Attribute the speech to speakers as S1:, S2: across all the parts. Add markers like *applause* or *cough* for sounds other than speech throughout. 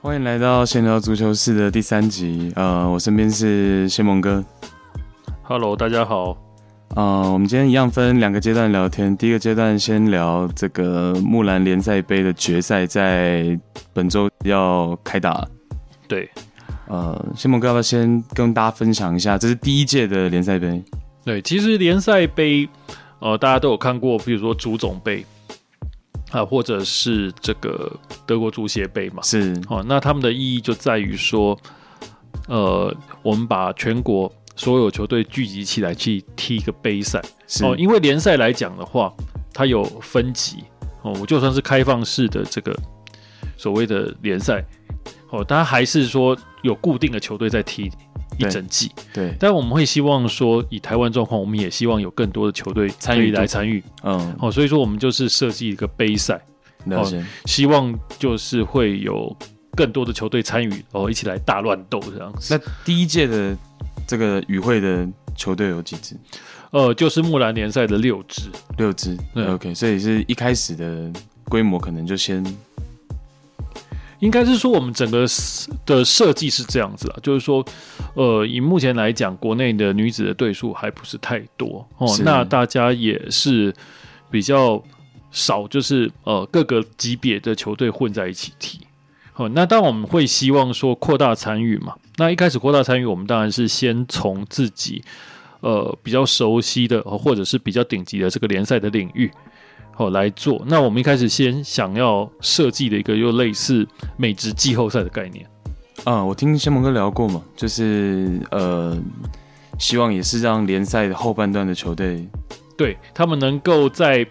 S1: 欢迎来到闲聊足球室的第三集。呃，我身边是谢蒙哥。
S2: Hello，大家好。
S1: 呃，我们今天一样分两个阶段聊天。第一个阶段先聊这个木兰联赛杯的决赛，在本周要开打了。
S2: 对，
S1: 呃，谢蒙哥要不要先跟大家分享一下？这是第一届的联赛杯。
S2: 对，其实联赛杯，呃，大家都有看过，比如说足总杯啊、或者是这个德国足协杯嘛。
S1: 是，
S2: 哦，那他们的意义就在于说，呃，我们把全国所有球队聚集起来去踢一个杯赛。
S1: 是，
S2: 哦，因为联赛来讲的话，它有分级哦，我就算是开放式的这个所谓的联赛，哦，它还是说有固定的球队在踢一
S1: 对
S2: 整季。
S1: 对，
S2: 但我们会希望说，以台湾状况，我们也希望有更多的球队
S1: 参
S2: 可
S1: 与
S2: 以
S1: 度
S2: 来参与。
S1: 嗯，
S2: 哦，所以哦说我们就是设计一个杯赛，
S1: 了解，
S2: 希望就是会有更多的球队参与，哦，一起来大乱斗这样子。
S1: 那第一届的这个与会的球队有几支？
S2: 呃，就是木兰联赛的六支，
S1: 六支。
S2: 对
S1: OK，所以是一开始的规模可能就先
S2: 应该是说我们整个 s- 的设计是这样子啊，就是说，呃，以目前来讲，国内的女子的队数还不是太多哦
S1: 是，
S2: 那大家也是比较少，就是呃各个级别的球队混在一起踢。哦，那当然我们会希望说扩大参与嘛。那一开始扩大参与，我们当然是先从自己呃比较熟悉的，哦或者是比较顶级的这个联赛的领域。哦，来做。那我们一开始先想要设计的一个又类似美职季后赛的概念，
S1: 啊、我听先蒙哥聊过嘛，就是呃，希望也是让联赛的后半段的球队
S2: 对他们能够在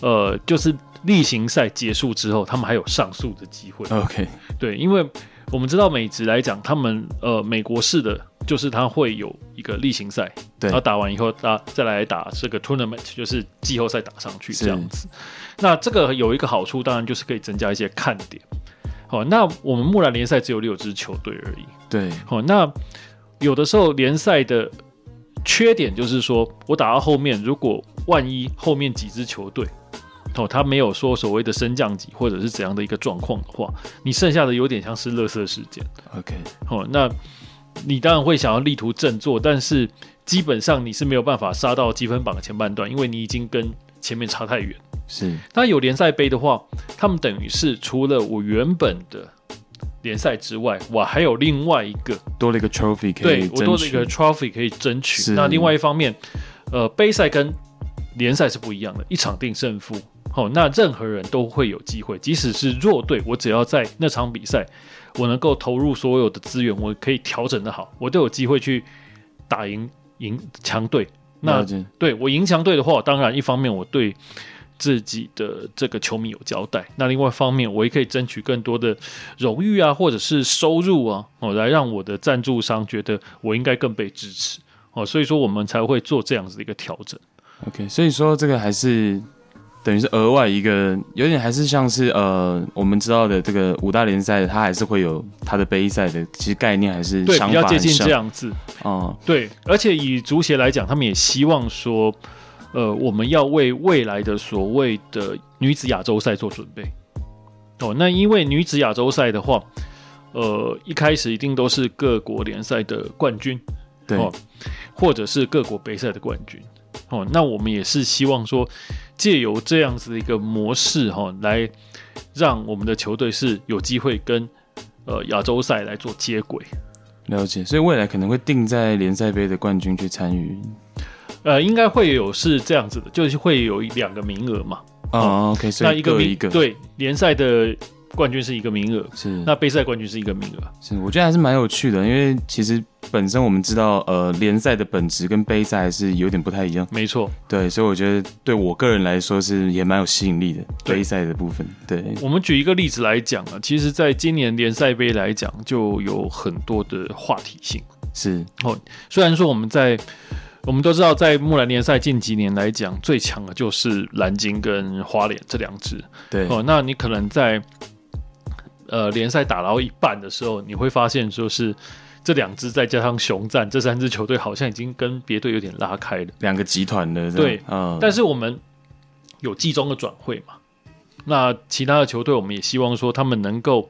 S2: 呃，就是例行赛结束之后，他们还有上诉的机会。
S1: 呃 OK
S2: 对，因为我们知道美职来讲，他们呃美国式的就是它会有一个例行赛，
S1: 对
S2: 然后打完以后，大再来打这个 tournament，就是季后赛打上去
S1: 是
S2: 这样子。那这个有一个好处，当然就是可以增加一些看点。好，那我们木兰联赛只有六支球队而已。
S1: 对
S2: 哦，那有的时候联赛的缺点就是说，我打到后面，如果万一后面几支球队哦，他没有说所谓的升降级或者是怎样的一个状况的话，你剩下的有点像是垃圾事件
S1: OK
S2: 哦。那你当然会想要力图振作，但是基本上你是没有办法杀到积分榜的前半段，因为你已经跟前面差太远。
S1: 是
S2: 那有联赛杯的话，他们等于是除了我原本的联赛之外，我还有另外一个
S1: 多了一个 trophy 可以
S2: 对我
S1: 争
S2: 多了一
S1: 取
S2: 个 trophy 可以争
S1: 是
S2: 取。那另外一方面，呃，杯赛跟联赛是不一样的，一场定胜负。好、那任何人都会有机会，即使是弱队，我只要在那场比赛，我能够投入所有的资源，我可以调整的好，我都有机会去打赢赢强队。那
S1: 了解
S2: 对我赢强队的话，当然一方面我对自己的这个球迷有交代，那另外一方面我也可以争取更多的荣誉啊，或者是收入啊，哦，来让我的赞助商觉得我应该更被支持哦，所以说我们才会做这样子的一个调整。
S1: OK，所以说这个还是等于是额外一个，有点还是像是呃，我们知道的这个五大联赛，它还是会有它的杯赛的，其实概念还是
S2: 对，
S1: 想
S2: 比
S1: 法
S2: 较
S1: 很
S2: 接近
S1: 像
S2: 这样子。
S1: 哦、
S2: 对，而且以足协来讲，他们也希望说，呃，我们要为未来的所谓的女子亚洲赛做准备。哦，那因为女子亚洲赛的话，呃，一开始一定都是各国联赛的冠军，
S1: 对、
S2: 哦，或者是各国杯赛的冠军。哦，那我们也是希望说，借由这样子的一个模式哈、哦，来让我们的球队是有机会跟呃亚洲赛来做接轨。
S1: 了解，所以未来可能会定在联赛杯的冠军去参与。
S2: 呃，应该会有是这样子的，就是会有两个名额嘛。
S1: 哦、o k 所
S2: 那
S1: 以
S2: 一个
S1: 各
S2: 名
S1: 一个
S2: 对联赛的冠军是一个名额，
S1: 是
S2: 那杯赛冠军是一个名额。
S1: 是，我觉得还是蛮有趣的，因为其实本身我们知道，呃，联赛的本质跟杯赛还是有点不太一样，
S2: 没错，
S1: 对，所以我觉得对我个人来说是也蛮有吸引力的
S2: 对
S1: 杯赛的部分，对，
S2: 我们举一个例子来讲啊，其实在今年联赛杯来讲就有很多的话题性。
S1: 是
S2: 虽然说我们在我们都知道，在木兰联赛近几年来讲，最强的就是蓝鲸跟花莲这两支
S1: 对，
S2: 哦。那你可能在呃联赛打到一半的时候，你会发现说是这两支再加上雄战这三支球队，好像已经跟别队有点拉开了。
S1: 两个集团的这样，
S2: 对
S1: 嗯，
S2: 但是我们有季中的转会嘛，那其他的球队，我们也希望说他们能够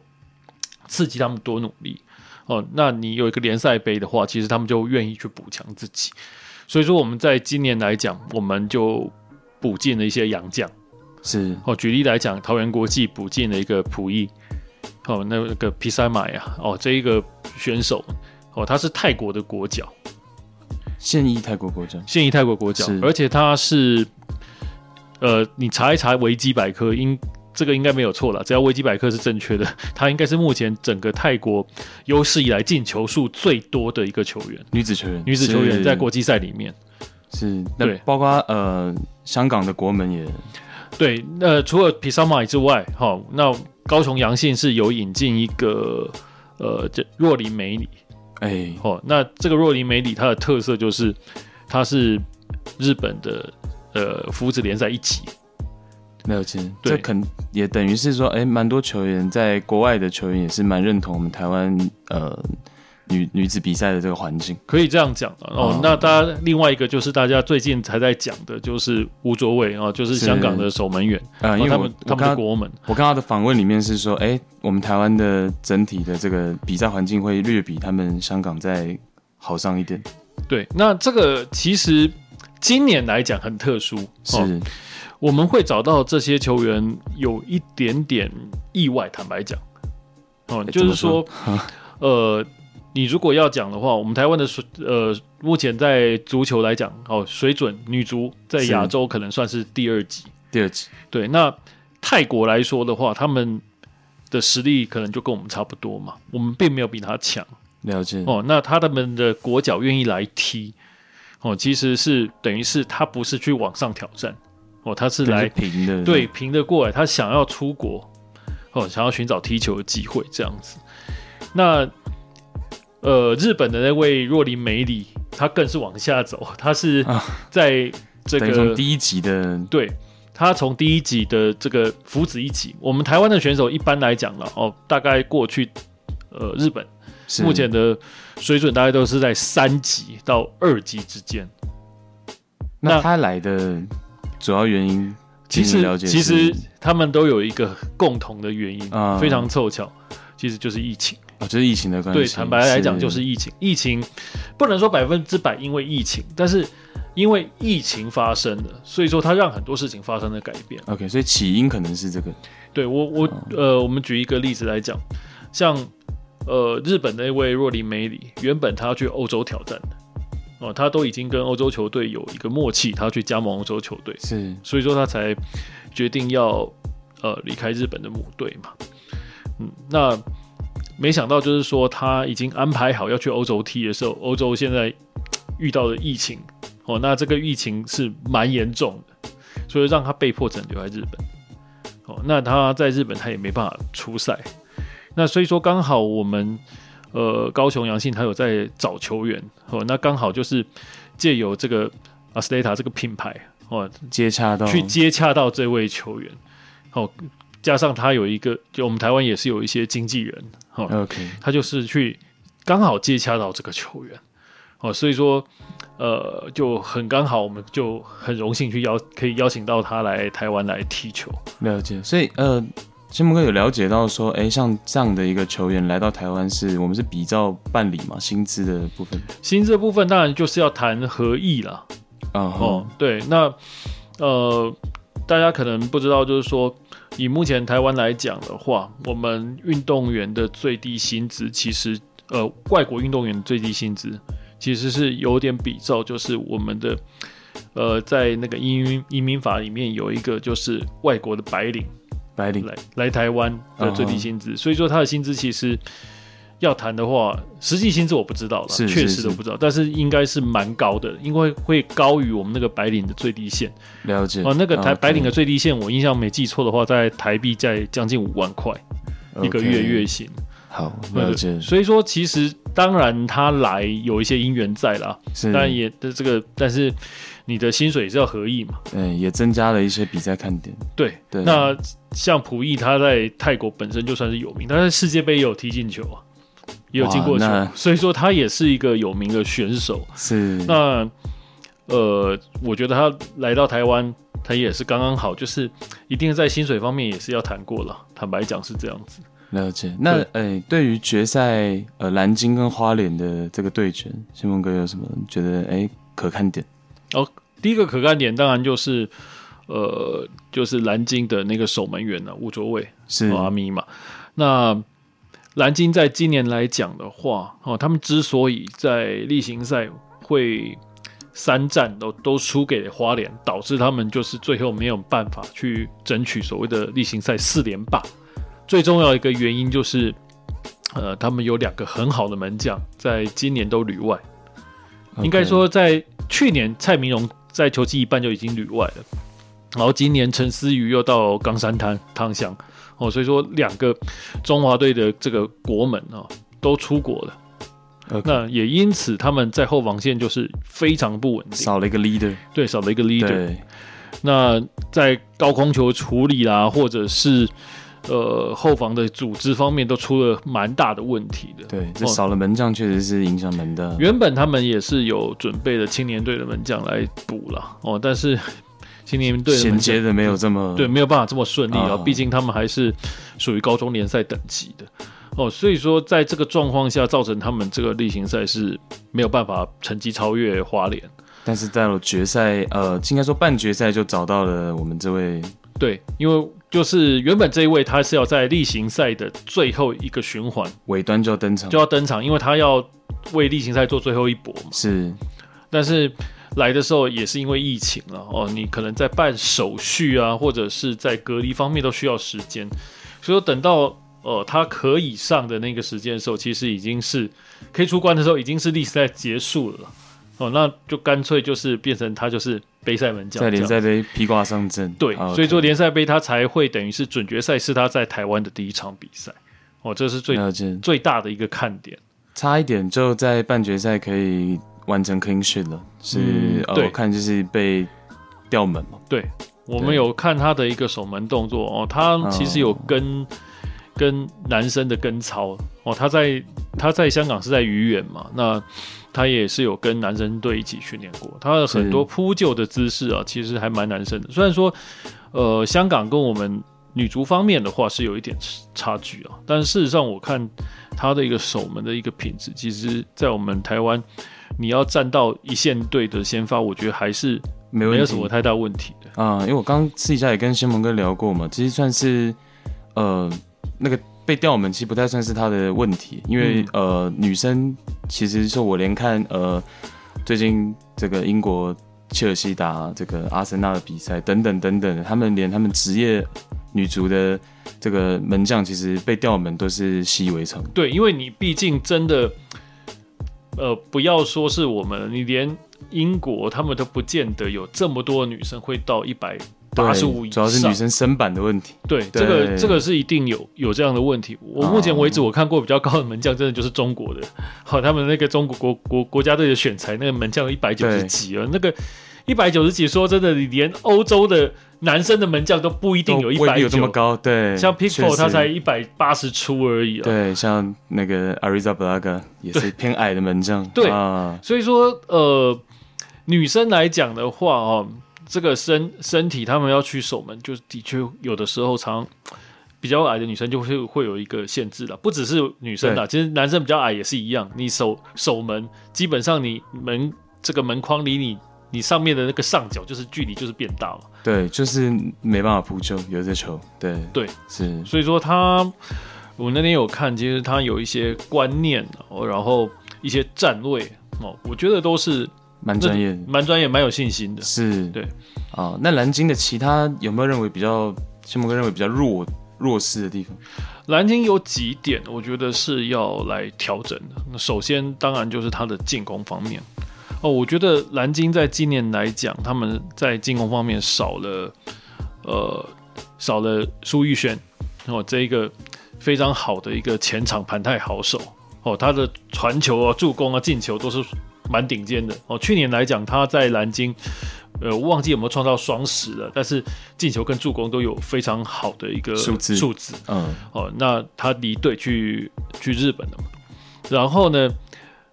S2: 刺激他们多努力哦。那你有一个联赛杯的话，其实他们就愿意去补强自己。所以说，我们在今年来讲，我们就补进了一些洋将。
S1: 是
S2: 哦，举例来讲，桃园国际补进了一个普益，哦，那个皮塞马呀，哦，这一个选手，哦，他是泰国的国脚，
S1: 现役泰国国家，
S2: 现役泰国国脚
S1: 是，
S2: 而且他是，呃，你查一查维基百科，应这个应该没有错了，只要维基百科是正确的，他应该是目前整个泰国有史以来进球数最多的一个球员，
S1: 女子球员，
S2: 女子球员
S1: 是
S2: 在国际赛里面。
S1: 是，那
S2: 对
S1: 包括呃香港的国门也
S2: 对，呃，除了皮萨马之外，哈、那高雄阳性是有引进一个呃，这若林梅里，
S1: 哎
S2: 哦，那这个若林梅里它的特色就是它是日本的呃福子联赛一级，
S1: 了解，
S2: 对
S1: 这肯也等于是说，哎，蛮多球员在国外的球员也是蛮认同我们台湾呃女女子比赛的这个环境，
S2: 可以这样讲的哦。
S1: 哦
S2: 那大家另外一个就是大家最近才在讲的，就是吴卓伟啊、哦，就是
S1: 是
S2: 香港的守门员，
S1: 呃，
S2: 哦
S1: 因为
S2: 他
S1: 我
S2: 们他
S1: 我
S2: 们的
S1: 刚
S2: 国门，
S1: 我看到的访问里面是说，哎、我们台湾的整体的这个比赛环境会略比他们香港再好上一点，
S2: 对，那这个其实今年来讲很特殊，
S1: 是、
S2: 哦，我们会找到这些球员有一点点意外，坦白讲，哦，
S1: 诶
S2: 就是
S1: 怎么
S2: 说，
S1: *laughs*
S2: 呃，你如果要讲的话，我们台湾的水呃，目前在足球来讲，哦，水准女足在
S1: 是
S2: 亚洲可能算是第二级，
S1: 第二集
S2: 对，那泰国来说的话，他们的实力可能就跟我们差不多嘛，我们并没有比他强。
S1: 了解，
S2: 哦，那他们的国脚愿意来踢，哦，其实是等于是他不是去往上挑战，哦，他是
S1: 但
S2: 来
S1: 平的，
S2: 对平得过来，他想要出国，哦，想要寻找踢球的机会这样子。那呃，日本的那位若林美里，他更是往下走， *laughs* 他是
S1: 啊
S2: 在这
S1: 等于
S2: 个、
S1: 从第一集的
S2: 对。他从第一集的这个福子一级，我们台湾的选手一般来讲了哦，大概过去呃日本
S1: 是
S2: 目前的水准大概都是在三级到二级之间。
S1: 那
S2: 那
S1: 他来的主要原因，
S2: 其
S1: 据你
S2: 实
S1: 了解
S2: 其
S1: 是
S2: 实他们都有一个共同的原因，
S1: 啊
S2: 非常凑巧，其实就是疫情。
S1: 哦，就是疫情的关系，
S2: 对，坦白来讲就是疫情。疫情不能说百分之百因为疫情，但是因为疫情发生了，所以说它让很多事情发生了改变。
S1: OK，所以起因可能是这个
S2: 对我我
S1: 哦
S2: 呃，我们举一个例子来讲，像呃日本那位若林梅里，原本他去欧洲挑战的，哦、他都已经跟欧洲球队有一个默契，他去加盟欧洲球队，
S1: 是
S2: 所以说他才决定要呃离开日本的母队嘛。嗯，那没想到就是说他已经安排好要去欧洲踢的时候，欧洲现在遇到了疫情哦，那这个疫情是蛮严重的，所以让他被迫只能留在日本。哦，那他在日本他也没办法出赛，那所以说刚好我们呃高雄阳信他有在找球员哦，那刚好就是借由这个 a s t e t a 这个品牌哦，
S1: 接洽到
S2: 去接洽到这位球员。哦，加上他有一个，就我们台湾也是有一些经纪人，哦，
S1: OK，
S2: 他就是去刚好接洽到这个球员。哦，所以说，呃，就很刚好，我们就很荣幸去邀可以邀请到他来台湾来踢球。
S1: 了解，所以呃，新木哥有了解到说，哎、像这样的一个球员来到台湾是，我们是比照办理嘛，薪资的部分。
S2: 薪资的部分当然就是要谈合意啦。
S1: 啊、
S2: 哦
S1: 哦，，
S2: 对，那呃，大家可能不知道，就是说，以目前台湾来讲的话，我们运动员的最低薪资其实，呃，外国运动员的最低薪资其实是有点比照，就是我们的，呃，在那个移民移民法里面有一个就是外国的白领
S1: 白领
S2: 来来台湾
S1: 嗯
S2: 的最低薪资，所以说他的薪资其实。要谈的话，实际薪资我不知道了，
S1: 是
S2: 确
S1: 是
S2: 实都
S1: 是
S2: 不知道，但是应该是蛮高的，因为会高于我们那个白领的最低线。
S1: 了解
S2: 哦，那个台
S1: 啊
S2: 白领的
S1: OK，
S2: 最低线，我印象没记错的话，在台币在将近五万块一个月
S1: OK，
S2: 月薪。
S1: 好
S2: 对
S1: 了
S2: 对
S1: 解，
S2: 所以说其实当然他来有一些因缘在啦，
S1: 是
S2: 当然也这个，但是你的薪水也是要合意嘛。
S1: 嗯、也增加了一些比赛看点。
S2: 对，
S1: 对，
S2: 那像普义他在泰国本身就算是有名，他在世界杯也有踢进球啊，也有进过球
S1: 哇那，
S2: 所以说他也是一个有名的选手。
S1: 是
S2: 那呃，我觉得他来到台湾，它也是刚刚好，就是一定在薪水方面也是要谈过了。坦白讲是这样子，
S1: 了解。那
S2: 对
S1: 诶、呃对于决赛呃蓝鲸跟花莲的这个对决，新梦哥有什么觉得诶、可看点？
S2: 第一个可看点当然就是，呃，就是蓝鲸的那个守门员呢、吴卓伟，
S1: 是、
S2: 哦阿咪嘛。那蓝鲸在今年来讲的话，哦，他们之所以在例行赛会三战都都输给花莲，导致他们就是最后没有办法去争取所谓的例行赛四连霸。最重要一个原因就是，呃，他们有两个很好的门将，在今年都旅外。应该
S1: OK
S2: 说在去年蔡明荣在球季一半就已经旅外了，然后今年陈思瑜又到冈山滩汤乡哦，所以说两个中华队的这个国门哦都出国了。
S1: OK
S2: 那也因此，他们在后防线就是非常不稳定，
S1: 少了一个 leader，
S2: 对，少了一个 leader。
S1: 对，
S2: 那在高空球处理啦，或者是呃后防的组织方面，都出了蛮大的问题的。
S1: 对，这
S2: 哦
S1: 少了门将确实是影响蛮大。
S2: 原本他们也是有准备的青年队的门将来补了哦，但是 *laughs* 青年队的
S1: 衔
S2: 门将
S1: 接的没有这么
S2: 对，没有办法这么顺利啊、
S1: 啊
S2: 毕竟他们还是属于高中联赛等级的哦，所以说在这个状况下，造成他们这个例行赛是没有办法成绩超越花莲。
S1: 但是到了决赛，呃，应该说半决赛就找到了我们这位
S2: 对，因为就是原本这一位他是要在例行赛的最后一个循环
S1: 尾端就要登场，
S2: 就要登场，因为他要为例行赛做最后一搏嘛。
S1: 是
S2: 但是来的时候也是因为疫情了哦，你可能在办手续啊，或者是在隔离方面都需要时间，所以说等到呃他可以上的那个时间的时候，其实已经是可以出关的时候，已经是历史赛结束了哦，那就干脆就是变成他就是杯赛门将
S1: 在
S2: 这
S1: 联
S2: 样。
S1: 赛杯披挂上阵，
S2: 对，
S1: 啊
S2: 所以说
S1: OK，
S2: 联赛杯他才会等于是准决赛是他在台湾的第一场比赛哦，这是最
S1: 了解，
S2: 最大的一个看点。
S1: 差一点就在半决赛可以完成 clean sheet 了，是
S2: 嗯
S1: 呃，
S2: 对
S1: 我看就是被吊门嘛，
S2: 我们
S1: 对
S2: 有看他的一个守门动作哦，他其实有跟、跟男生的跟操哦，他在他在香港是在愚园嘛，那他也是有跟男生队一起训练过，他的
S1: 是
S2: 很多扑救的姿势啊，其实还蛮男生的。虽然说呃，香港跟我们女足方面的话是有一点差距啊，但事实上我看他的一个守门的一个品质，其实在我们台湾。你要站到一线队的先发，我觉得还是
S1: 没
S2: 没
S1: 问
S2: 有什
S1: 题
S2: 么太大问题的。
S1: 啊、因为我刚私底下也跟仙鹏哥聊过嘛，其实算是呃那个被调门，其实不太算是他的问题，因为、
S2: 嗯
S1: 呃女生其实说我连看呃最近这个英国切尔西打这个阿森纳的比赛等等等等，他们连他们职业女足的这个门将，其实被调门都是习以为常。
S2: 对，因为你毕竟真的，呃，不要说是我们，你连英国他们都不见得有这么多女生会到一百八十五
S1: 对
S2: 以上。
S1: 主要是女生身板的问题。
S2: 对，这个
S1: 对哦
S2: 这个是一定有有这样的问题。我目前为止我看过比较高的门将，真的就是中国的，好、他们那个中国国国国家队的选材，那个门将一百九十
S1: 对
S2: 几啊，那个一百九十几，说真的，你连欧洲的男生的门将都不一定有一
S1: 都未
S2: 百
S1: 必有这么
S2: 九，
S1: 高，对，
S2: 像 p i c k f o
S1: 确实
S2: r 他才一百八十出而已啊。
S1: 对，像那个 Ariza Blaga 也是偏矮的门将，
S2: 对
S1: 啊，
S2: 所以说，呃，女生来讲的话，哦，这个身身体，她们要去守门，就是的确有的时候常比较矮的女生就会会有一个限制了。不只是女生啦，其实男生比较矮也是一样。你守守门，基本上你门这个门框离你你上面的那个上角就是距离就是变大嘛。
S1: 对，就是没办法扑救，有这球，对
S2: 对，
S1: 是
S2: 所以说他，我那天有看，其实他有一些观念，哦，然后一些站位哦，我觉得都是
S1: 蛮专业的，
S2: 蛮专业、蛮有信心的。
S1: 是，
S2: 对
S1: 啊。那蓝鲸的其他有没有认为比较，新蒙哥认为比较弱弱势的地方？
S2: 蓝鲸有几点，我觉得是要来调整的。那首先，当然就是它的进攻方面。哦，我觉得蓝鲸在今年来讲，他们在进攻方面少了，呃，少了苏玉轩哦，这一个非常好的一个前场盘带好手哦，他的传球啊、助攻啊、进球都是蛮顶尖的哦。去年来讲，他在蓝鲸，呃，我忘记有没有创造双十了，但是进球跟助攻都有呃非常好的一个
S1: 数字
S2: 数字
S1: 嗯，
S2: 哦，那他离队去去日本了嘛？然后呢，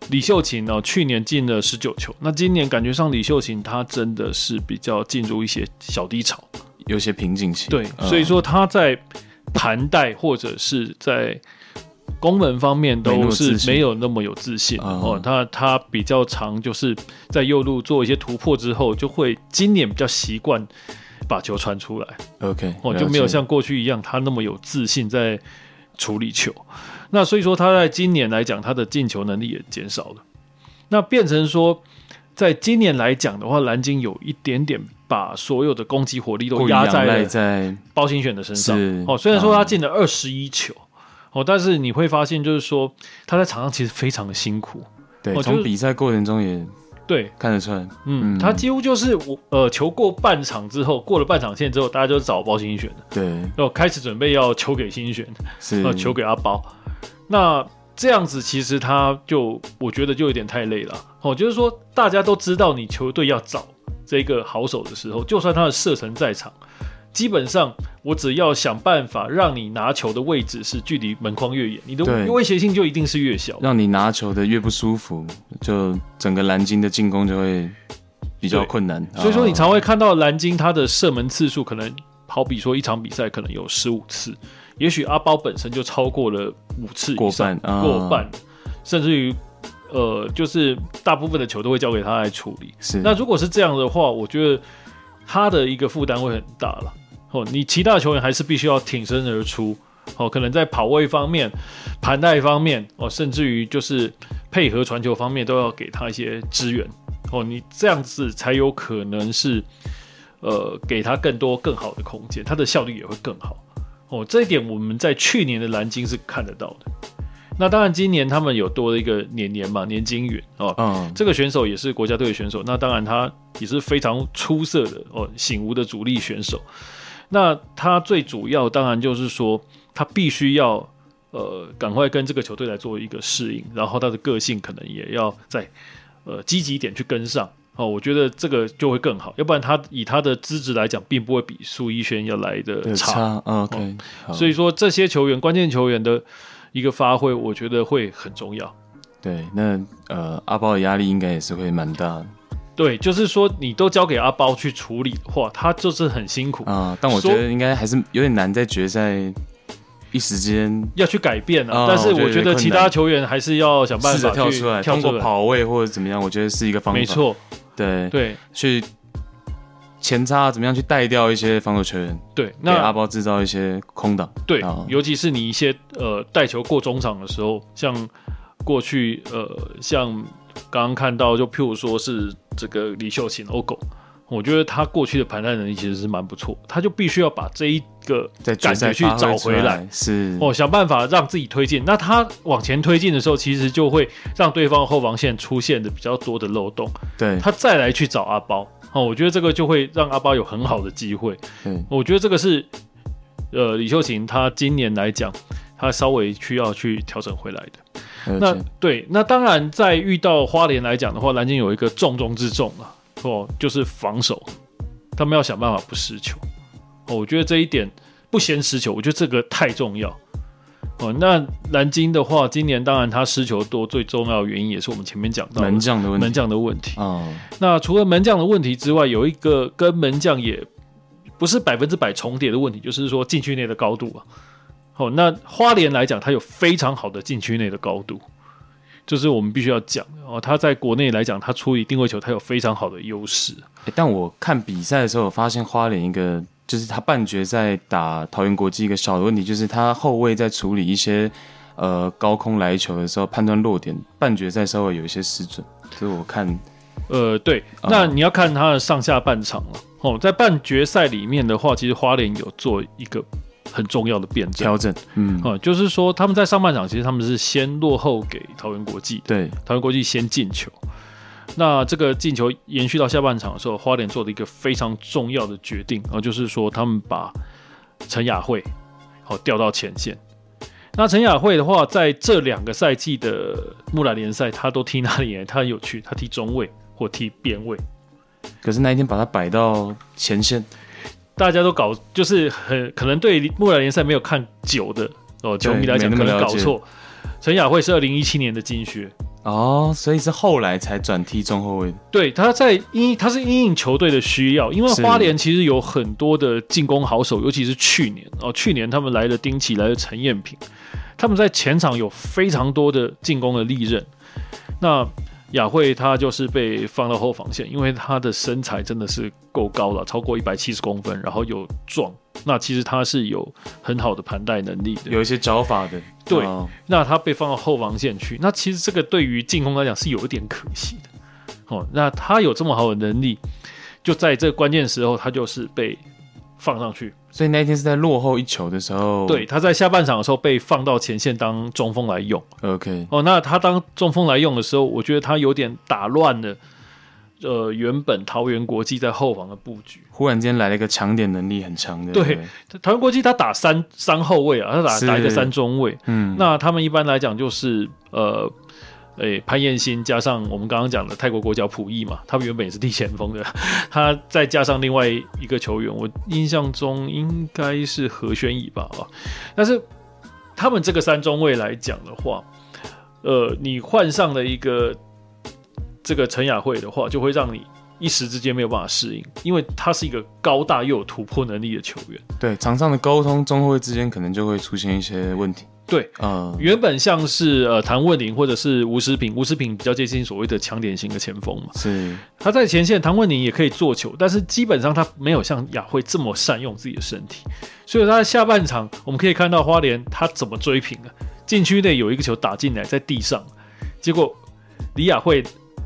S2: 李秀琴呢、去年进了十九球，那今年感觉上李秀琴她真的是比较进入一些小低潮，
S1: 有些瓶颈期。
S2: 对，
S1: 嗯
S2: 所以说她在盘带或者是在攻门方面
S1: 没那
S2: 都
S1: 么
S2: 是
S1: 自信
S2: 没有那么有自信
S1: 嗯
S2: 哦。她她比较常就是在右路做一些突破之后，就会今年比较习惯把球传出来。
S1: OK，
S2: 哦，
S1: 了
S2: 就没有
S1: 解
S2: 像过去一样他那么有自信在处理球。那所以说他在今年来讲，他的进球能力也减少了。那变成说，在今年来讲的话，蓝鲸有一点点把所有的攻击火力都
S1: 过于
S2: 压
S1: 仰
S2: 在
S1: 赖
S2: 了
S1: 在
S2: 包心选的身上。
S1: 是
S2: 哦，虽然说他
S1: 嗯
S2: 进了二十一球。哦，但是你会发现，就是说他在场上其实非常的辛苦，
S1: 对
S2: 哦，就
S1: 从
S2: 是
S1: 比赛过程中也
S2: 对，
S1: 看得出来，
S2: 嗯，
S1: 嗯
S2: 他几乎就是我呃球过半场之后，过了半场线之后，大家就找包心选的，
S1: 对，
S2: 然后开始准备要球给新选，
S1: 是
S2: 呃，球给阿包。那这样子其实他就我觉得就有点太累了哦，就是说大家都知道你球队要找这个好手的时候，就算他的射程在场，基本上我只要想办法让你拿球的位置是距离门框越远，你的
S1: 对啊
S2: 威胁性就一定是越小。
S1: 让你拿球的越不舒服，就整个蓝鲸的进攻就会比较
S2: 对
S1: 困难。
S2: 所以说你
S1: 啊
S2: 常会看到蓝鲸他的射门次数可能好比说一场比赛可能有十五次，也许阿包本身就超过了五次以
S1: 过
S2: 上
S1: 半啊
S2: 过半，甚至于呃，就是大部分的球都会交给他来处理。
S1: 是
S2: 那如果是这样的话，我觉得他的一个负担会很大了。哦，你其他的球员还是必须要挺身而出。哦，可能在跑位方面、盘带方面，哦，甚至于就是配合传球方面，都要给他一些支援。哦，你这样子才有可能是，呃，给他更多更好的空间，他的效率也会更好。哦，这一点我们在去年的蓝鲸是看得到的。那当然，今年他们有多了一个年年嘛，年金元哦，
S1: 嗯，
S2: 这个选手也是国家队的选手，那当然他也是非常出色的哦，醒吾的主力选手。那他最主要当然就是说，他必须要呃赶快跟这个球队来做一个适应，然后他的个性可能也要在呃积极一点去跟上哦。我觉得这个就会更好，要不然他以他的资质来讲，并不会比苏一轩要来的
S1: 对
S2: 差
S1: 差嗯 OK，好
S2: 所以说，这些球员关键球员的一个发挥，我觉得会很重要。
S1: 对那呃阿包的压力应该也是会蛮大的
S2: 对，就是说你都交给阿包去处理的话，他就是很辛苦，
S1: 啊、但我
S2: 说
S1: 觉得应该还是有点难在决赛一时间
S2: 要去改变啊。
S1: 啊
S2: 但是
S1: 我觉得
S2: 我觉得
S1: 有点
S2: 其
S1: 困
S2: 他
S1: 难
S2: 球员还是要想办
S1: 试
S2: 法
S1: 着
S2: 去
S1: 跳出来，
S2: 跳
S1: 通
S2: 出
S1: 过
S2: 来。
S1: 跑位或者怎么样，我觉得是一个方法。
S2: 没，错，
S1: 对，
S2: 对
S1: 去前插怎么样去带掉一些防守球员，
S2: 对，
S1: 给阿
S2: 那
S1: 包制造一些空档。
S2: 对
S1: 啊，
S2: 尤其是你一些呃带球过中场的时候，像过去呃像刚刚看到，就譬如说是这个李秀琴欧狗，我觉得他过去的盘带能力其实是蛮不错，他就必须要把这一个
S1: 在决
S2: 感
S1: 赛
S2: 觉去
S1: 发挥
S2: 找
S1: 出
S2: 回来
S1: 来，是
S2: 哦，想办法让自己推进。那他往前推进的时候，其实就会让对方后防线出现的比较多的漏洞，
S1: 对
S2: 他再来去找阿包。哦，我觉得这个就会让阿包有很好的机会。
S1: 对
S2: 我觉得这个是，呃，李秀琴她今年来讲，她稍微需要去调整回来的。那
S1: 了解
S2: 对，那当然，在遇到花莲来讲的话，蓝鲸有一个重中之重啊，哦，就是防守，他们要想办法不失球。哦，我觉得这一点不先失球，我觉得这个太重要。哦，那蓝鲸的话，今年当然他失球多，最重要的原因也是我们前面讲到的
S1: 门将的问
S2: 门
S1: 题
S2: 将的问题。
S1: 哦，
S2: 那除了门将的问题之外，有一个跟门将也不是百分之百重叠的问题，就是说禁区内的高度啊。哦，那花莲来讲，它有非常好的禁区内的高度，就是我们必须要讲的哦。它在国内来讲，它处理定位球，它有非常好的优势。
S1: 诶但我看比赛的时候，我发现花莲一个就是他半决赛打桃园国际一个小的问题，就是他后卫在处理一些呃高空来球的时候，判断落点，半决赛稍微有一些失准。这是我看
S2: 呃，对，
S1: 啊
S2: 那你要看它的上下半场了。哦，在半决赛里面的话，其实花莲有做一个很重要的辩证。
S1: 调整，嗯，
S2: 呃，就是说他们在上半场，其实他们是先落后给桃园国际的。
S1: 对，
S2: 台湾国际先进球。那这个进球延续到下半场的时候，花莲做了一个非常重要的决定，呃，就是说他们把陈雅慧哦调到前线。那陈雅慧的话，在这两个赛季的木兰联赛，她都踢哪里呢？她很有趣，她踢中卫或踢边卫，
S1: 可是那一天把他摆到前线，
S2: 大家都搞就是很可能对木兰联赛没有看久的哦球迷来讲，
S1: 没
S2: 可
S1: 那么
S2: 能
S1: 了
S2: 搞
S1: 解
S2: 错。陈雅慧是二零一七年的金靴，
S1: 哦，所以是后来才转踢中后卫的。
S2: 对，他在因他是因应球队的需要，因为
S1: 是
S2: 花莲其实有很多的进攻好手，尤其是去年哦，去年他们来了丁奇，来了陈彦平，他们在前场有非常多的进攻的利刃。那雅慧她就是被放到后防线，因为她的身材真的是够高了，超过一百七十公分，然后有壮，那其实她是有很好的盘带能力的。
S1: 有一些脚法的，
S2: 对
S1: 哦
S2: 那他被放到后防线去，那其实这个对于进攻来讲是有一点可惜的。哦，那他有这么好的能力，就在这关键时候，他就是被放上去。
S1: 所以那一天是在落后一球的时候，
S2: 对，他在下半场的时候被放到前线当中锋来用。
S1: ，OK，
S2: 哦，那他当中锋来用的时候，我觉得他有点打乱了，呃，原本桃园国际在后防的布局。
S1: 忽然间来了一个抢点能力很强的，
S2: 对
S1: 不对，
S2: 桃园国际他打三三后卫啊，他打
S1: 是
S2: 打一个三中卫。
S1: 嗯，
S2: 那他们一般来讲就是呃，诶、潘彦新加上我们刚刚讲的泰国国脚普义嘛，他们原本也是踢前锋的， *laughs* 他再加上另外一个球员，我印象中应该是何宣仪吧啊，但是他们这个三中卫来讲的话，呃，你换上了一个这个陈雅慧的话，就会让你。一时之间没有办法适应，因为他是一个高大又有突破能力的球员。
S1: 对场上的沟通，中后卫之间可能就会出现一些问题，
S2: 对，
S1: 嗯，
S2: 原本像是呃谭问宁或者是吴诗平，吴诗平比较接近所谓的强点型的前锋嘛，
S1: 是
S2: 他在前线，谭问宁也可以做球，但是基本上他没有像雅慧这么善用自己的身体，所以他在下半场我们可以看到花莲他怎么追平的，啊禁区内有一个球打进来在地上，结果李雅慧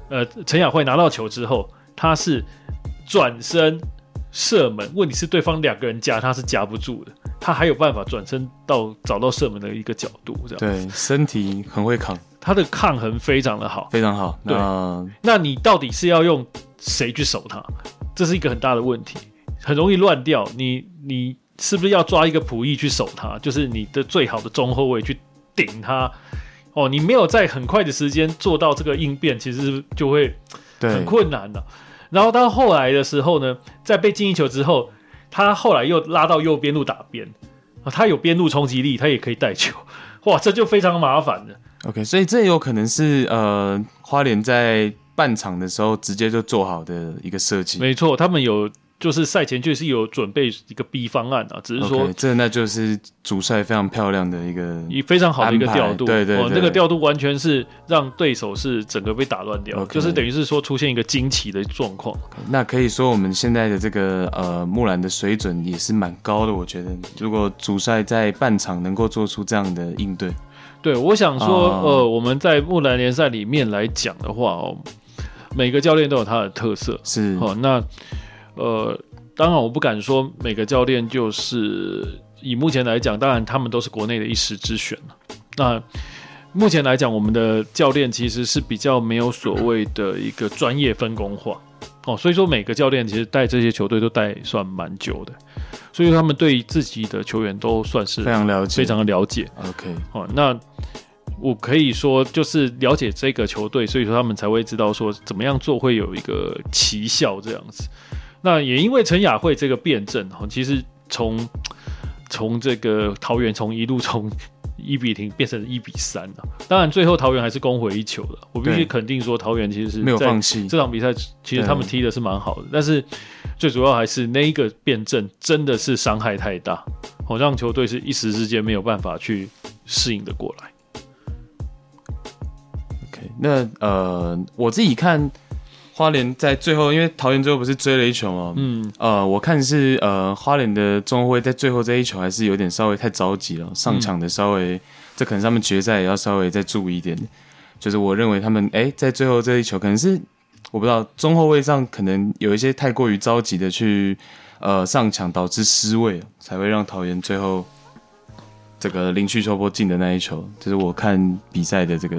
S2: 呃陈雅慧拿到球之后，他是转身射门，问题是对方两个人夹他是夹不住的，他还有办法转身到找到射门的一个角度这样。
S1: 对身体很会扛，
S2: 他的抗衡非常的好。
S1: 非常好。
S2: 对
S1: 那
S2: 那你到底是要用谁去守他？这是一个很大的问题，很容易乱掉。你你是不是要抓一个仆役去守他？就是你的最好的中后卫去顶他。哦，你没有在很快的时间做到这个应变，其实就会很
S1: 对
S2: 困难的、然后到后来的时候呢，在被进一球之后，他后来又拉到右边路打边，啊，他有边路冲击力，他也可以带球，哇，这就非常麻烦了。
S1: ，OK，所以这有可能是呃花莲在半场的时候直接就做好的一个设计。
S2: 没错，他们有就是赛前就是有准备一个 B 方案啊，只是说
S1: OK，这那就是主帅非常漂亮的一个。
S2: 以非常好的一个调
S1: 安排
S2: 度，
S1: 对对
S2: 哦，
S1: 对
S2: 那个调度完全是让对手是整个被打乱掉，
S1: OK
S2: 就是等于是说出现一个惊奇的状况。
S1: 那可以说我们现在的这个呃木兰的水准也是蛮高的，我觉得如果主帅在半场能够做出这样的应对，
S2: 对，我想说，
S1: 啊
S2: 呃，我们在木兰联赛里面来讲的话哦，每个教练都有他的特色，
S1: 是
S2: 哦，那呃，当然我不敢说每个教练就是以目前来讲，当然他们都是国内的一时之选了那目前来讲，我们的教练其实是比较没有所谓的一个专业分工化哦，所以说每个教练其实带这些球队都带算蛮久的，所以他们对自己的球员都算是
S1: 非常了解，
S2: 非常的了解。
S1: OK，
S2: 哦，那我可以说就是了解这个球队，所以说他们才会知道说怎么样做会有一个奇效这样子。那也因为陈雅慧这个辩证哈，哦其实从从这个桃园从一路从一比零变成一比三了、当然最后桃园还是攻回一球了。我必须
S1: 对
S2: 肯定说桃园其实是
S1: 没有
S2: 在
S1: 放弃，
S2: 这场比赛其实他们踢的是蛮好的，但是最主要还是那一个辩证真的是伤害太大，好、让球队是一时之间没有办法去适应的过来。
S1: OK，那呃，我自己看花莲在最后，因为桃园最后不是追了一球吗？
S2: 嗯，
S1: 呃，我看是呃花莲的中后卫在最后这一球还是有点稍微太着急了，上场的稍微，这可能是他们决赛也要稍微再注意一点。就是我认为他们哎、在最后这一球可能是我不知道中后卫上可能有一些太过于着急的去呃上抢，导致失位了，才会让桃园最后这个林旭秋波进的那一球。就是我看比赛的这个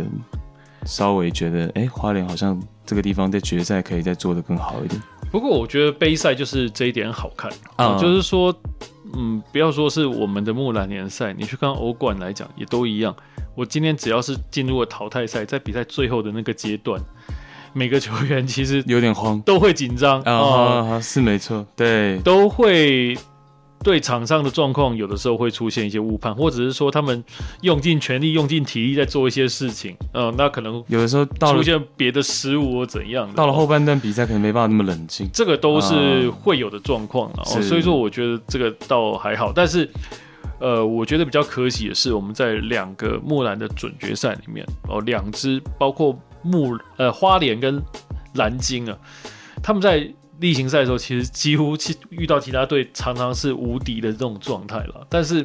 S1: 稍微觉得哎、花莲好像这个地方在决赛可以再做的更好一点。
S2: 不过我觉得杯赛就是这一点好看啊、
S1: 嗯
S2: 就是说，嗯，不要说是我们的木兰联赛，你去看欧冠来讲也都一样。我今天只要是进入了淘汰赛，在比赛最后的那个阶段，每个球员其
S1: 嗯
S2: 实
S1: 有点慌，
S2: 都会紧张
S1: 啊、
S2: 哦
S1: 是没错，对，
S2: 都会对场上的状况，有的时候会出现一些误判，或者是说他们用尽全力、用尽体力在做一些事情，嗯、那可能
S1: 有的时候到
S2: 出
S1: 了
S2: 现别的失误或怎样的
S1: 到了后半段比赛，可能没办法那么冷静。
S2: 这个都是
S1: 啊
S2: 会有的状况啊、哦，
S1: 是
S2: 所以说我觉得这个倒还好，但是。呃，我觉得比较可喜的是，我们在两个木兰的准决赛里面，哦，两支包括木呃花莲跟蓝鲸啊，他们在例行赛的时候，其实几乎其遇到其他队常常是无敌的这种状态了。但是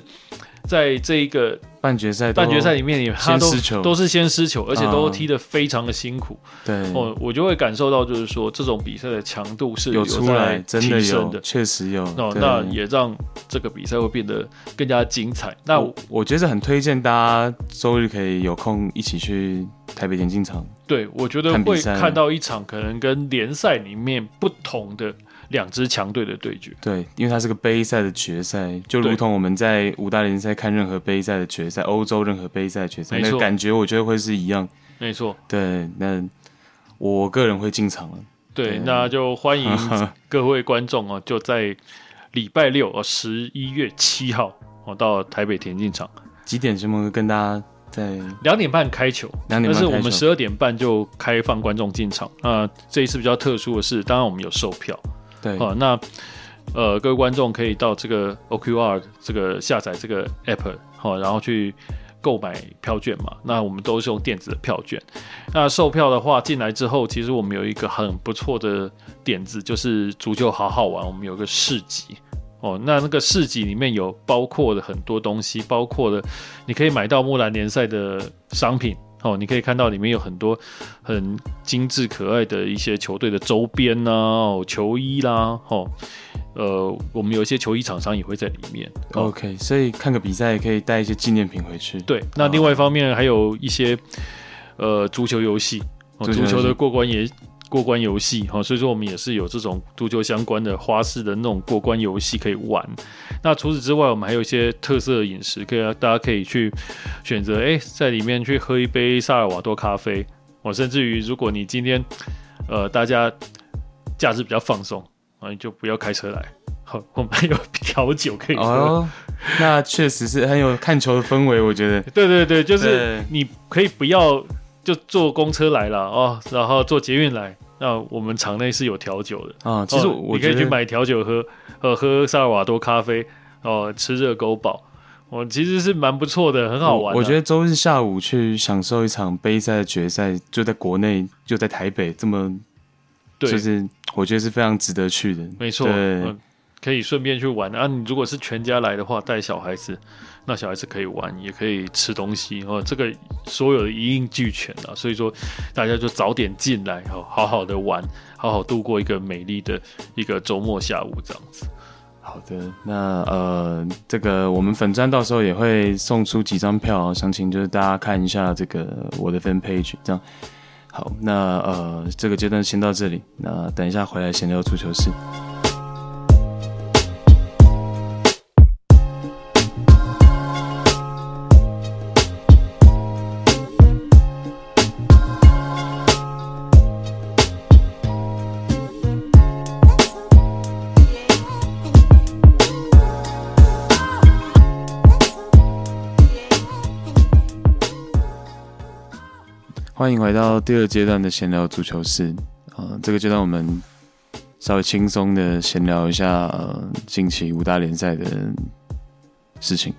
S2: 在这一个
S1: 半决赛都，
S2: 半决赛里面，也他
S1: 先失球
S2: 都都是先失球，而且都
S1: 啊
S2: 踢得非常的辛苦。
S1: 对，
S2: 哦，我就会感受到，就是说这种比赛的强度是
S1: 有出来，
S2: 在
S1: 真
S2: 提升
S1: 有，
S2: 的。
S1: 确实有。
S2: 哦，
S1: 对
S2: 那也让这个比赛会变得更加精彩。那
S1: 我我觉得很推荐大家周日可以有空一起去台北田径场。
S2: 对我觉得
S1: 看比
S2: 会
S1: 赛
S2: 看到一场可能跟联赛里面不同的两支强队的对决。
S1: 对，因为它是个杯赛的决赛，就如
S2: 对
S1: 同我们在五大联赛看任何杯赛的决赛，欧洲任何杯赛的决赛，
S2: 没
S1: 那个
S2: 错
S1: 感觉我觉得会是一样。
S2: 没错，
S1: 对，那我个人会进场了。
S2: 对，
S1: 对
S2: 那就欢迎各位观众哦， *laughs* 就在礼拜六哦，十一月七号哦，到台北田径场
S1: *laughs* 几点节目会跟大家在
S2: 两点半开球。
S1: 两点半
S2: 但
S1: 开
S2: 是
S1: 球？
S2: 我们十二点半就开放观众进场。那、这一次比较特殊的是，当然我们有售票
S1: 对
S2: 啊、那呃，各位观众可以到这个 OQR 这个下载这个 app 好、然后去购买票券嘛。那我们都是用电子的票券。那售票的话，进来之后，其实我们有一个很不错的点子，就是足球好好玩，我们有个市集。哦，那那个市集里面有包括了很多东西，包括了你可以买到木兰联赛的商品哦，你可以看到里面有很多很精致可爱的一些球队的周边呐、哦，球衣啦，哦，呃，我们有一些球衣厂商也会在里面。哦，
S1: OK，所以看个比赛也可以带一些纪念品回去。
S2: 对，那另外一方面还有一些呃足球游戏，哦、
S1: 足球
S2: 足
S1: 游戏
S2: 球的过关也。过关游戏哈，哦所以说我们也是有这种足球相关的花式的那种过关游戏可以玩。那除此之外，我们还有一些特色的饮食，可以让大家可以去选择，哎，在里面去喝一杯萨尔瓦多咖啡。我、哦、甚至于，如果你今天呃大家假日比较放松啊，你就不要开车来。好，我们还有调酒可以喝。
S1: 哦，那确实是很有看球的氛围，我觉得。
S2: 对对对，就是
S1: 对
S2: 你可以不要就坐公车来了哦，然后坐捷运来。那我们场内是有调酒的，
S1: 啊、其实
S2: 哦
S1: 我我
S2: 你可
S1: 觉
S2: 以
S1: 得
S2: 去买调酒喝，呃，喝萨尔瓦多咖啡，哦、吃热狗堡，我、其实是蛮不错的，很好玩啊
S1: 我。我觉
S2: 得
S1: 得周日下午去享受一场杯赛的决赛，就在国内，就在台北，这么
S2: 对，
S1: 就是我觉得是非常值得去的。
S2: 没错，
S1: 对，
S2: 嗯，可以顺便去玩啊。你如果是全家来的话，带小孩子，那小孩子可以玩，也可以吃东西哦。这个所有的一应俱全啊，所以说大家就早点进来哦，好好的玩，好好度过一个美丽的一个周末下午这样子。
S1: 好的，那呃，这个我们粉专到时候也会送出几张票，详情就是大家看一下这个我的 fan page 这样。好，那呃，这个阶段先到这里，那等一下回来闲聊足球室。欢迎回到第二阶段的闲聊足球室。呃，这个阶段我们稍微轻松的闲聊一下、呃、近期五大联赛的事情。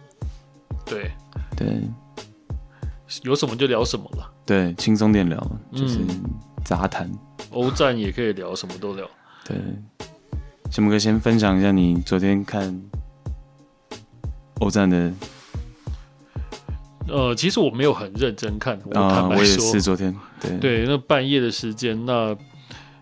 S2: 对，
S1: 对
S2: 有什么就聊什么了，
S1: 对，轻松点聊，就是
S2: 嗯
S1: 杂谈。
S2: 欧战也可以聊，什么都聊。
S1: 对，小木哥先分享一下你昨天看欧战的。
S2: 呃，其实我没有很认真看，我
S1: 啊、
S2: 坦白
S1: 我也
S2: 说，
S1: 是昨天。对
S2: 对，那半夜的时间，那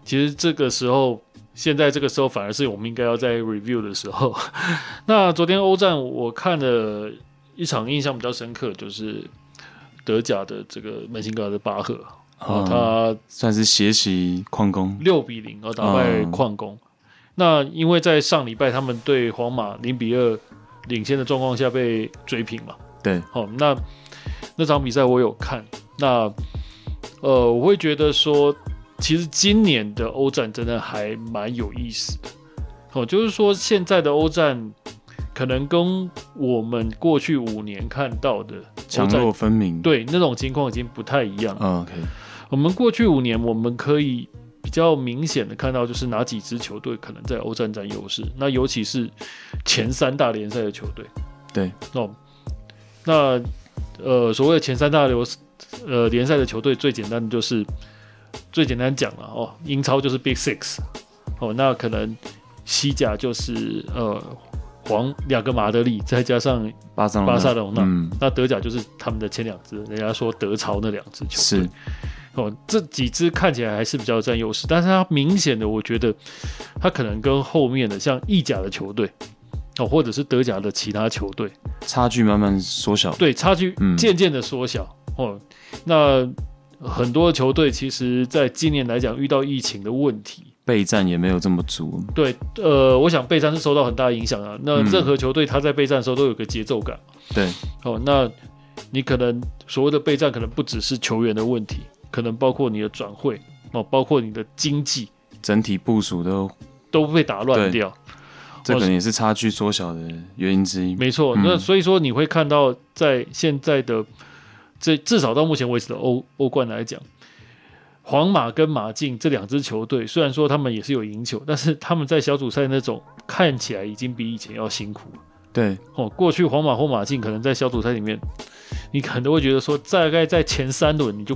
S2: 其实这个时候，现在这个时候反而是我们应该要在 review 的时候。 *laughs* 那昨天欧战我看了一场印象比较深刻，就是德甲的这个门兴格的巴赫，
S1: 啊
S2: 啊，他嗯
S1: 算是血洗矿工。
S2: 六比零而打败
S1: 嗯
S2: 矿工。那因为在上礼拜他们对皇马零比二领先的状况下被追平嘛，
S1: 对，
S2: 哦，那那场比赛我有看，那呃，我会觉得说，其实今年的欧战真的还蛮有意思的。哦，就是说现在的欧战可能跟我们过去五年看到的
S1: 强弱分明。
S2: 对那种情况已经不太一样了。
S1: 嗯，OK，
S2: 我们过去五年，我们可以比较明显的看到，就是哪几支球队可能在欧战占优势。那尤其是前三大联赛的球队，
S1: 对，
S2: 哦，那呃，所谓的前三大流呃联赛的球队，最简单的就是最简单讲了哦，英超就是 Big Six，哦，那可能西甲就是呃皇两个马德里，再加上
S1: 巴塞
S2: 巴塞隆纳
S1: 嗯，
S2: 那德甲就是他们的前两支，人家说德超那两支球队。
S1: 是，
S2: 哦，这几支看起来还是比较占优势，但是它明显的，我觉得它可能跟后面的像意甲的球队，哦，或者是德甲的其他球队，
S1: 差距慢慢缩小。
S2: 对差距
S1: 嗯
S2: 渐渐的缩小、哦。那很多球队其实在今年来讲遇到疫情的问题，
S1: 备战也没有这么足，
S2: 对，呃，我想备战是受到很大影响啊。那
S1: 嗯
S2: 任何球队他在备战的时候都有个节奏感，
S1: 对，
S2: 哦，那你可能所谓的备战，可能不只是球员的问题，可能包括你的转会哦，包括你的经济。
S1: 整体部署都
S2: 都被打乱掉。
S1: 这可能也是差距缩小的原因之一。
S2: 没错，
S1: 嗯
S2: 那所以说你会看到，在现在的这至少到目前为止的欧欧冠来讲，皇马跟马竞这两支球队，虽然说他们也是有赢球，但是他们在小组赛那种看起来已经比以前要辛苦了。
S1: 对，
S2: 哦，过去皇马或马竞可能在小组赛里面，你可能都会觉得说，大概在前三轮你就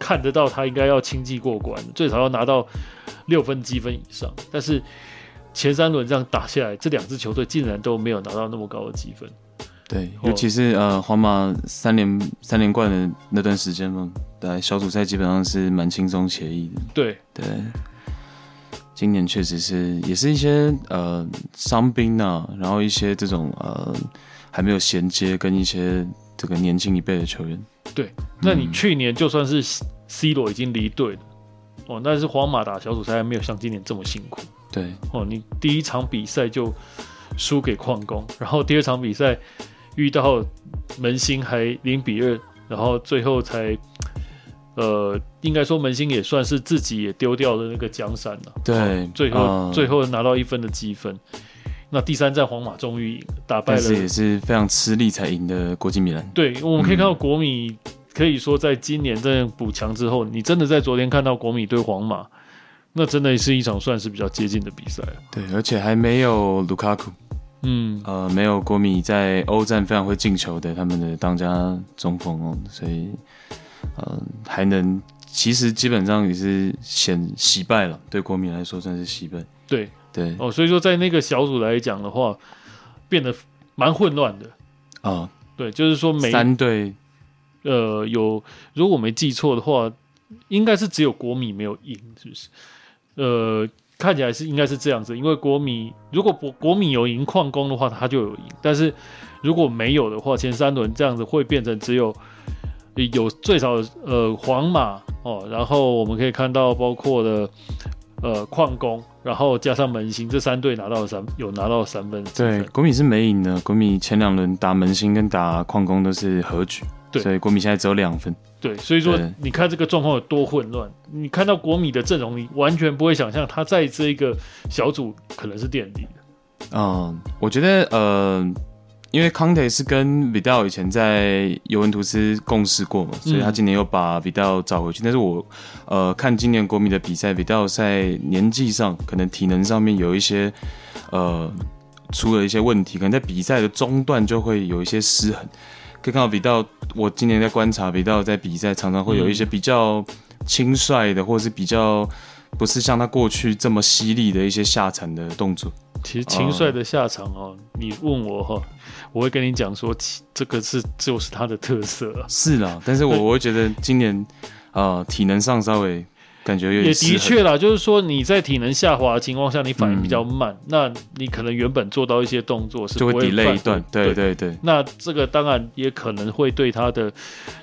S2: 看得到他应该要轻骑过关，最少要拿到六分积分以上。但是前三轮这样打下来，这两支球队竟然都没有拿到那么高的积分。
S1: 对，
S2: 哦
S1: 尤其是呃，皇马三连三连冠的那段时间嘛，对，小组赛基本上是蛮轻松惬意的。
S2: 对，
S1: 对，今年确实是也是一些呃伤兵啊，然后一些这种呃还没有衔接跟一些这个年轻一辈的球员，
S2: 那你去年就算是 C- C 罗已经离队了，哦，但是皇马打小组赛还没有像今年这么辛苦。
S1: 对，
S2: 哦，你第一场比赛就输给矿工，然后第二场比赛遇到门兴还零比二，然后最后才呃，应该说门兴也算是自己也丢掉了那个江山了，
S1: 对
S2: 哦最后、
S1: 嗯
S2: 最后拿到一分的积分。那第三战皇马终于赢了，打败
S1: 但
S2: 了
S1: 是也是非常吃力才赢的国际米兰。
S2: 对，我们可以看到
S1: 嗯
S2: 国米可以说在今年这样补强之后，你真的在昨天看到国米对皇马，那真的是一场算是比较接近的比赛了。
S1: 对，而且还没有卢卡库，
S2: 嗯，
S1: 呃，没有国米在欧战非常会进球的他们的当家中锋哦，所以呃还能。其实基本上也是显惜败了，对国米来说算是惜败。
S2: 对，
S1: 对，
S2: 哦，所以说在那个小组来讲的话，变得蛮混乱的。
S1: 啊、
S2: 对，就是说每
S1: 三队
S2: 呃有，如果我没记错的话，应该是只有国米没有赢，是不是？呃，看起来是应该是这样子，因为国米如果国国米有赢矿工的话，他就有赢；但是如果没有的话，前三轮这样子会变成只有呃有最少呃皇马哦，然后我们可以看到包括了呃矿工，然后加上门兴这三队拿到三有拿到三分，
S1: 对，，国米是没赢的。国米前两轮打门兴跟打矿工都是和局，
S2: 对
S1: 所以国米现在只有两分。
S2: 对，所以说
S1: 对
S2: 你看这个状况有多混乱，你看到国米的阵容，你完全不会想象他在这一个小组可能是垫底的。
S1: 嗯，我觉得呃，因为康泰是跟 Vidal 以前在尤文图斯共事过嘛，所以他今年又把 Vidal 找回去。但是我呃看今年国米的比赛，Vidal 在年纪上可能体能上面有一些呃出了一些问题，可能在比赛的中段就会有一些失衡。可以看到 Vidal，我今年在观察 Vidal 在比赛常常会有一些比较轻率的，或者是比较不是像他过去这么犀利的一些下铲的动作。
S2: 其实秦帅的下场哦，
S1: 嗯
S2: 你问我哈、哦，我会跟你讲说，其这个是就是他的特色、啊，
S1: 是啦，但是我
S2: *laughs*
S1: 我会觉得今年呃体能上稍微感觉有
S2: 也
S1: 点失
S2: 的
S1: 衡
S2: 确啦，就是说你在体能下滑的情况下，你反应比较慢，那你可能原本做到一些动作
S1: 嗯
S2: 是
S1: 就会
S2: 不
S1: delay
S2: 犯
S1: 一段，
S2: 对
S1: 对对对，
S2: 那这个当然也可能会对他的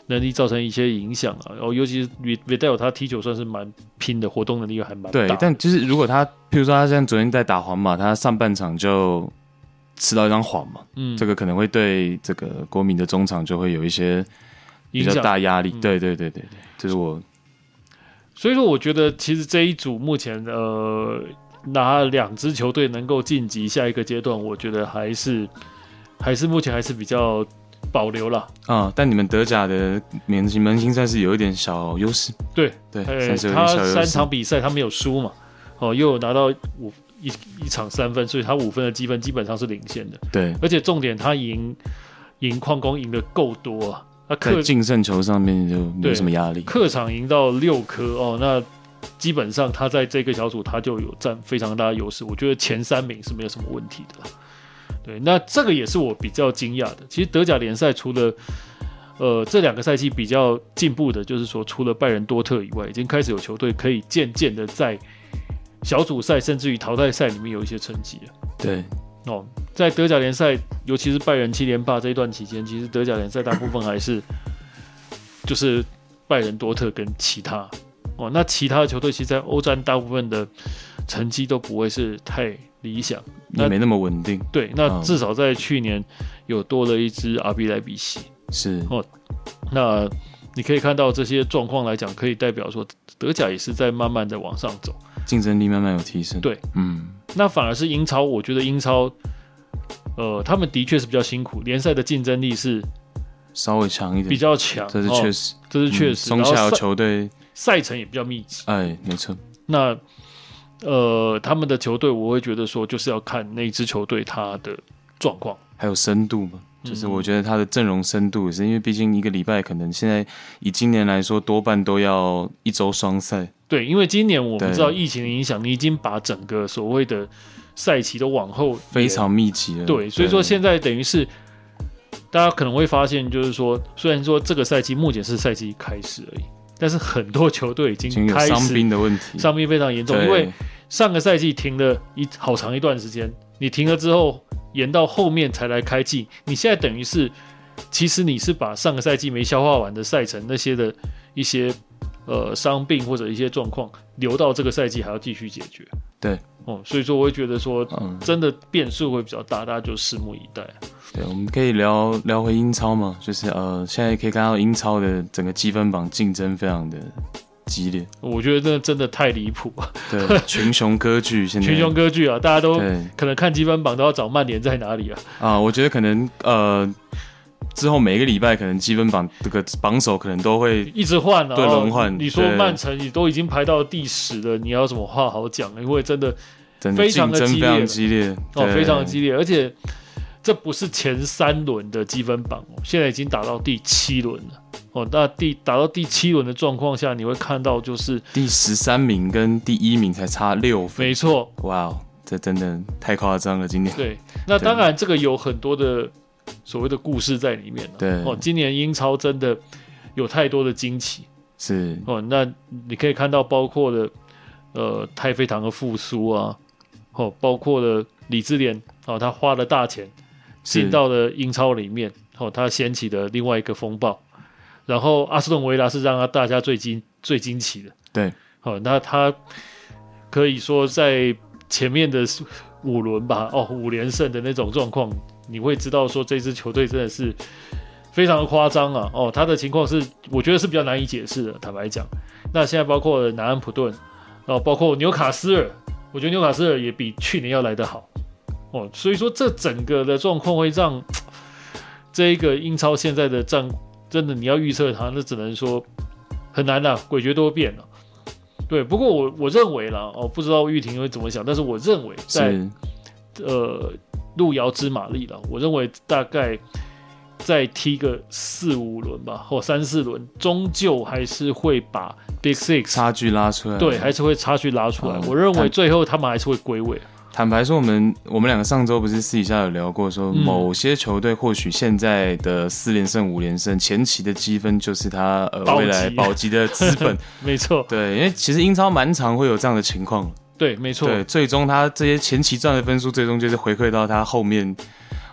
S2: 能力造成一些影响啊。然后尤其是 v i d a l 他踢球算是蛮拼的，活动能力还蛮大的。
S1: 对，但就是如果他，譬如说他像昨天在打皇马，他上半场就吃到一张黄嘛，
S2: 嗯，
S1: 这个可能会对这个国民的中场就会有一些比
S2: 影
S1: 较
S2: 响。
S1: 大压力。
S2: 嗯
S1: 对对对对对，就是我
S2: 所以说，我觉得其实这一组目前呃拿两支球队能够晋级下一个阶段，我觉得还是还是目前还是比较保留啦。
S1: 啊，但你们德甲的门兴门兴算是有一点小优势，
S2: 对，
S1: 对，
S2: 呃，
S1: 算是有
S2: 他
S1: 点小优
S2: 三
S1: 势
S2: 场。比赛他没有输嘛，哦，又有拿到五一一场三分，所以他五分的积分基本上是领先的，
S1: 对，
S2: 而且重点他赢赢矿工赢的够多啊，他客
S1: 在净胜球上面就没有什么压力。
S2: 客场赢到六颗哦，那基本上他在这个小组他就有占非常大的优势，我觉得前三名是没有什么问题的啦。对，那这个也是我比较惊讶的。其实德甲联赛除了呃这两个赛季比较进步的，就是说除了拜仁多特以外，已经开始有球队可以渐渐的在小组赛甚至于淘汰赛里面有一些成绩了。
S1: 对，
S2: 哦，在德甲联赛，尤其是拜仁七连霸这一段期间，其实德甲联赛大部分还是 *laughs* 就是拜仁、多特跟其他哦，那其他的球队其实，在欧战大部分的成绩都不会是太理想。那
S1: 也没那么稳定。
S2: 对，那
S1: 嗯
S2: 至少在去年有多了一支阿比莱比锡。
S1: 是
S2: 哦那你可以看到这些状况来讲，可以代表说德甲也是在慢慢的往上走。
S1: 竞争力慢慢有提升。
S2: 对，
S1: 嗯，
S2: 那反而是英超，我觉得英超，呃，他们的确是比较辛苦，联赛的竞争力是
S1: 稍微强一点，
S2: 比较强，
S1: 这是
S2: 哦
S1: 确实，
S2: 这是确
S1: 嗯
S2: 实。
S1: 松
S2: 然后
S1: 下
S2: 赛
S1: 的球队，
S2: 赛程也比较密集。
S1: 哎，没错，
S2: 那呃，他们的球队，我会觉得说，就是要看那支球队他的状况。
S1: 还有深度嘛。就是
S2: 嗯
S1: 我觉得他的阵容深度也是，因为毕竟一个礼拜可能现在以今年来说，多半都要一周双赛，
S2: 对，因为今年我们
S1: 对
S2: 知道疫情的影响，你已经把整个所谓的赛期都往后
S1: 非
S2: 延
S1: 常密集了。
S2: 对，所以说现在等于是大家可能会发现，就是说，虽然说这个赛季目前是赛季开始而已，但是很多球队已
S1: 已经
S2: 经
S1: 有
S2: 开
S1: 伤
S2: 始
S1: 兵的问题，
S2: 伤病非常严重，
S1: 对
S2: 因为上个赛季停了一好长一段时间，你停了之后延到后面才来开季，你现在等于是其实你是把上个赛季没消化完的赛程那些的一些呃伤病或者一些状况留到这个赛季还要继续解决。
S1: 对，
S2: 哦，所以说我会觉得说
S1: 嗯，
S2: 真的变数会比较大，大家就拭目以待。
S1: 对，我们可以聊聊回英超嘛，就是呃，现在可以看到英超的整个积分榜竞争非常的激烈，
S2: 我觉得那真的太离谱了， *laughs*
S1: 对，群雄割据，现在
S2: 群雄割据啊，大家都
S1: 对
S2: 可能看积分榜都要找曼联在哪里啊。
S1: 啊、我觉得可能呃，之后每个礼拜可能积分榜这个榜首可能都会
S2: 一直换啊，
S1: 对
S2: 哦
S1: 轮换
S2: 你说
S1: 对
S2: 曼城，你都已经排到第十了，你要有什么话好讲？因为真的
S1: 真的
S2: 非
S1: 竞
S2: 常地
S1: 争非
S2: 激烈
S1: 常激烈，
S2: 哦，
S1: 对
S2: 非常的激烈，而且这不是前三轮的积分榜哦，现在已经打到第七轮了。哦，那第打到第七轮的状况下，你会看到就是
S1: 第十三名跟第一名才差六分
S2: 没，错，
S1: 哇哦，这真的太夸张了，今年
S2: 对。那
S1: 对
S2: 当然，这个有很多的所谓的故事在里面、啊。
S1: 对
S2: 哦，今年英超真的有太多的惊奇。
S1: 是
S2: 哦，那你可以看到包括了呃太妃糖的复苏啊，哦，包括了李智联哦，他花了大钱进
S1: 是
S2: 到了英超里面，哦，他掀起了另外一个风暴。然后阿斯顿维拉是让他大家最惊最惊奇的，
S1: 对，
S2: 哦，那他可以说在前面的五轮吧，哦，五连胜的那种状况，你会知道说这支球队真的是非常的夸张啊！哦，他的情况是我觉得是比较难以解释的，坦白讲。那现在包括了南安普顿，哦，包括纽卡斯尔，我觉得纽卡斯尔也比去年要来得好哦，所以说这整个的状况会让这一个英超现在的战，真的你要预测它，那只能说很难啦，诡谲多变了。对，不过我我认为啦，哦，不知道玉婷会怎么想，但是我认为在
S1: 是
S2: 呃路遥知马力了。我认为大概再踢个四五轮吧，或三四轮，终究还是会把 Big Six
S1: 差距拉出来，
S2: 对还是会差距拉出来。
S1: 嗯
S2: 我认为
S1: 但
S2: 最后他们还是会归位。啊
S1: 坦白说，我们我们两个上周不是私底下有聊过说
S2: 嗯
S1: 某些球队或许现在的四连胜、五连胜，前期的积分就是他呃
S2: 保级
S1: 未来保级的资
S2: *laughs*
S1: 本。
S2: 没错，
S1: 对，因为其实英超蛮常会有这样的情况。
S2: 对，没错，
S1: 对，最终他这些前期赚的分数，最终就是回馈到他后面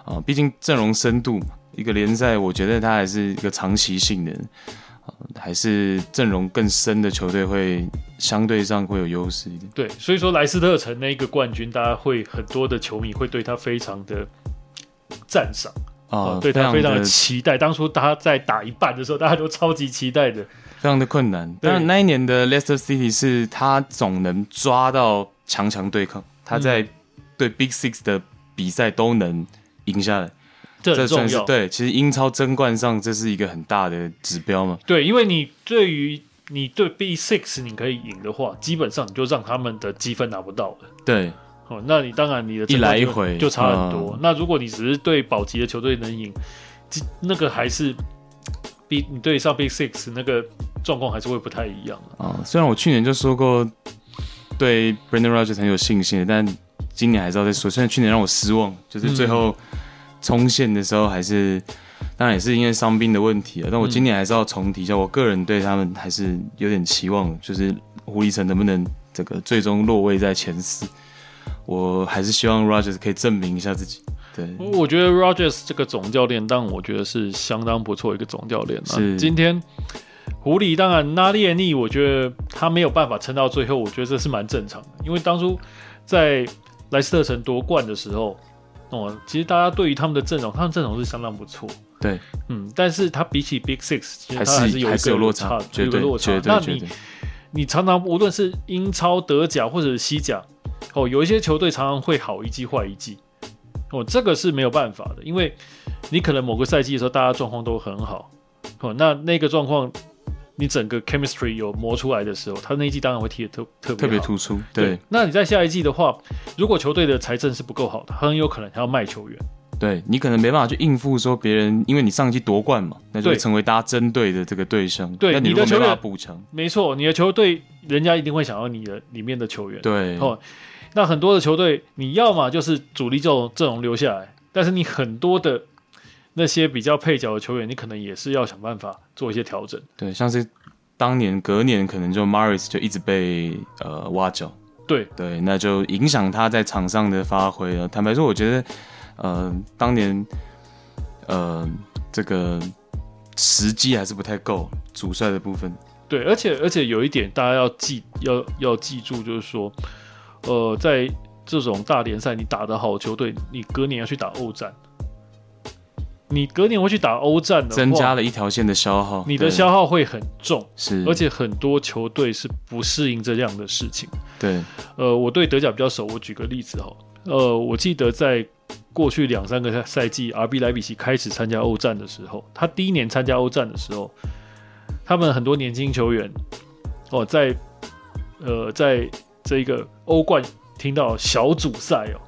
S1: 啊、毕竟阵容深度嘛，一个联赛，我觉得它还是一个长期性的。啊还是阵容更深的球队会相对上会有优势一点，
S2: 对，所以说莱斯特城那一个冠军，大家会很多的球迷会对他非常的赞赏，
S1: 啊、
S2: 对他非常
S1: 的
S2: 的期待。当初他在打一半的时候，大家都超级期待的。
S1: 非常的困难。
S2: 对
S1: 当然，那一年的 Leicester City 是他总能抓到强
S2: 嗯
S1: 强对抗，他在对 Big Six 的比赛都能赢下来。
S2: 这很重
S1: 算是
S2: 要。
S1: 对。其实英超争冠上这是一个很大的指标嘛。
S2: 对，因为你对于你对 B six 你可以赢的话，基本上你就让他们的积分拿不到了。
S1: 对，
S2: 哦，那你当然你的
S1: 一来
S2: 成
S1: 一
S2: 功就
S1: 回嗯
S2: 就差很多。那如果你只是对保级的球队能赢，这那个还是比你对上 Big Six 那个状况还是会不太一样啊。
S1: 啊、虽然我去年就说过对 Brendan Rodgers 很有信心的，但今年还是要再说。虽然去年让我失望，
S2: 嗯
S1: 就是最后冲线的时候还是，当然也是因为伤病的问题啊。但
S2: 嗯
S1: 我今年还是要重提一下，我个人对他们还是有点期望的，就是狐狸城能不能这个最终落位在前四，我还是希望 Rodgers 可以证明一下自己。对，
S2: 我觉得 Rogers 这个总教练，当然我觉得是相当不错一个总教练啊
S1: 是。
S2: 今天狐狸当然拉列尼，我觉得他没有办法撑到最后，我觉得这是蛮正常的，因为当初在莱斯特城夺冠的时候。哦，其实大家对于他们的阵容，他们阵容是相当不错。
S1: 对，
S2: 嗯，但是他比起 Big Six，其实
S1: 还
S2: 他还
S1: 是
S2: 是有一
S1: 还是
S2: 个
S1: 有落
S2: 差
S1: 差，，
S2: 有
S1: 绝
S2: 一个
S1: 对
S2: 落差
S1: 绝。
S2: 那
S1: 对绝
S2: 你
S1: 对，
S2: 你常常无论是英超、德甲或者是西甲，哦，有一些球队常常会好一季坏一季，哦，这个是没有办法的，因为你可能某个赛季的时候大家状况都很好，哦，那那个状况你整个 chemistry 有磨出来的时候，他那一季当然会踢得特特别
S1: 特别
S2: 好
S1: 突出，对
S2: 那你在下一季的话，如果球队的财政是不够好的，很有可能还要卖球员。
S1: 对你可能没办法去应付说别人，因为你上一季夺冠嘛，那就会
S2: 对
S1: 成为大家针对的这个对象。
S2: 对
S1: 那你
S2: 你
S1: 如
S2: 的
S1: 果没
S2: 球
S1: 办法
S2: 员
S1: 补强，
S2: 没错，你的球队人家一定会想要你的里面的球员。
S1: 对，
S2: 哦那很多的球队，你要么就是主力这种阵容留下来，但是你很多的那些比较配角的球员，你可能也是要想办法做一些调整。
S1: 对，像是当年隔年可能就 Maris 就一直被呃挖角，
S2: 对
S1: 对，那就影响他在场上的发挥了。坦白说，我觉得呃当年呃这个时机还是不太够，主帅的部分
S2: 对，而且而且有一点大家要记要要记住，就是说，呃，在这种大联赛你打得好的球队，你隔年要去打欧战，你隔年会去打欧战的话，
S1: 增加了一条线的消耗，
S2: 你的
S1: 对
S2: 消耗会很重，
S1: 是，
S2: 而且很多球队是不适应这样的事情。
S1: 对
S2: 呃，我对德甲比较熟，我举个例子哈。呃，我记得在过去两三个赛赛季，RB 莱比锡开始参加欧战的时候，他第一年参加欧战的时候，他们很多年轻球员哦，在呃，在这个欧冠听到小组赛哦，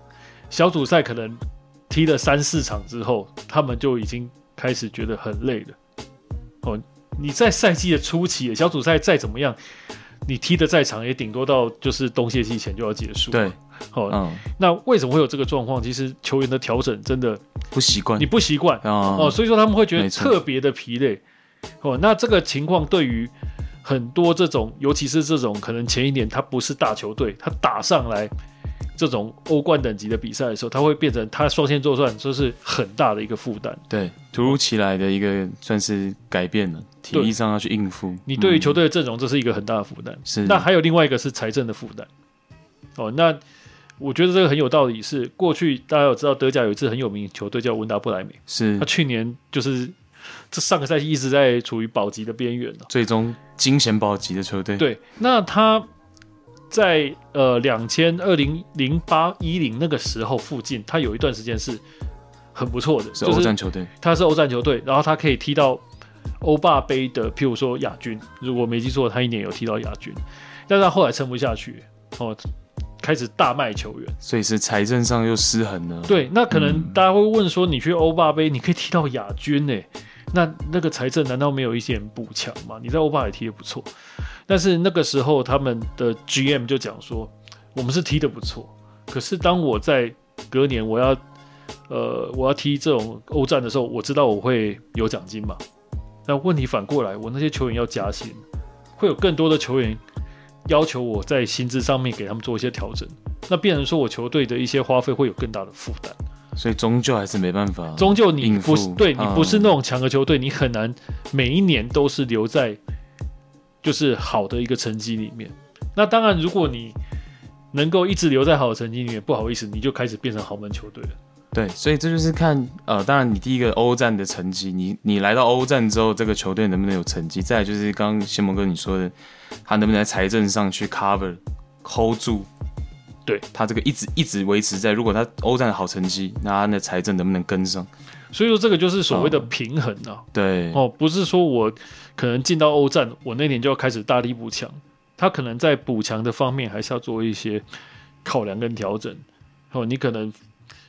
S2: 小组赛可能踢了三四场之后，他们就已经开始觉得很累了。哦，你在赛季的初期，小组赛再怎么样，你踢的再长，也顶多到就是冬歇期前就要结束。
S1: 对，
S2: 哦，
S1: 嗯，
S2: 那为什么会有这个状况？其实球员的调整真的
S1: 不习惯
S2: 你不习惯哦，
S1: 哦
S2: 所以说他们会觉得
S1: 嗯没错
S2: 特别的疲累哦。那这个情况对于很多这种，尤其是这种可能前一年他不是大球队，他打上来这种欧冠等级的比赛的时候，他会变成他双线作战，这是很大的一个负担。
S1: 对，突如其来的一个算是改变了，体力上要去应付。
S2: 你对于
S1: 嗯
S2: 球队的阵容，这是一个很大的负担。
S1: 是
S2: 那还有另外一个是财政的负担。哦，那我觉得这个很有道理是，过去大家有知道德甲有一支很有名的球队叫温达不莱梅，
S1: 是
S2: 他去年就是这上个赛季一直在处于保级的边缘啊了。
S1: 最终惊险保级的球队，
S2: 对，那他在呃两千二零零八一零那个时候附近，他有一段时间是很不错的，
S1: 是
S2: 就
S1: 欧
S2: 是
S1: 战球队，
S2: 他是欧战球队，然后他可以踢到欧霸杯的，譬如说亚军，如果没记错，他一年有踢到亚军，但是他后来撑不下去哦，开始大卖球员。
S1: 所以是财政上又失衡了。，
S2: 对，那可能
S1: 嗯
S2: 大家会问说，你去欧霸杯，你可以踢到亚军呢、那那个财政难道没有一些人补强吗？你在欧霸也踢得不错，但是那个时候他们的 GM 就讲说，我们是踢得不错，可是当我在隔年我要呃我要踢这种欧战的时候，我知道我会有奖金嘛。那问题反过来，我那些球员要加薪，会有更多的球员要求我在薪资上面给他们做一些调整，那变成说我球队的一些花费会有更大的负担。
S1: 所以终究还是没办法。
S2: 终究你
S1: 啊应付
S2: 不是对你
S1: 嗯
S2: 不是那种强的球队，你很难每一年都是留在就是好的一个成绩里面。那当然，如果你能够一直留在好的成绩里面，不好意思，你就开始变成豪门球队了。
S1: 对，所以这就是看呃，当然你第一个欧战的成绩，你你来到欧战之后，这个球队能不能有成绩？再来就是刚刚先蒙哥你说的，他能不能在财政上去 cover hold 住？
S2: 对
S1: 他这个一直一直维持在，如果他欧战的好成绩，那他的财政能不能跟上？
S2: 所以说这个就是所谓的平衡啊。
S1: 对，
S2: 哦，不是说我可能进到欧战，我那年就要开始大力补强，他可能在补强的方面还是要做一些考量跟调整。哦，你可能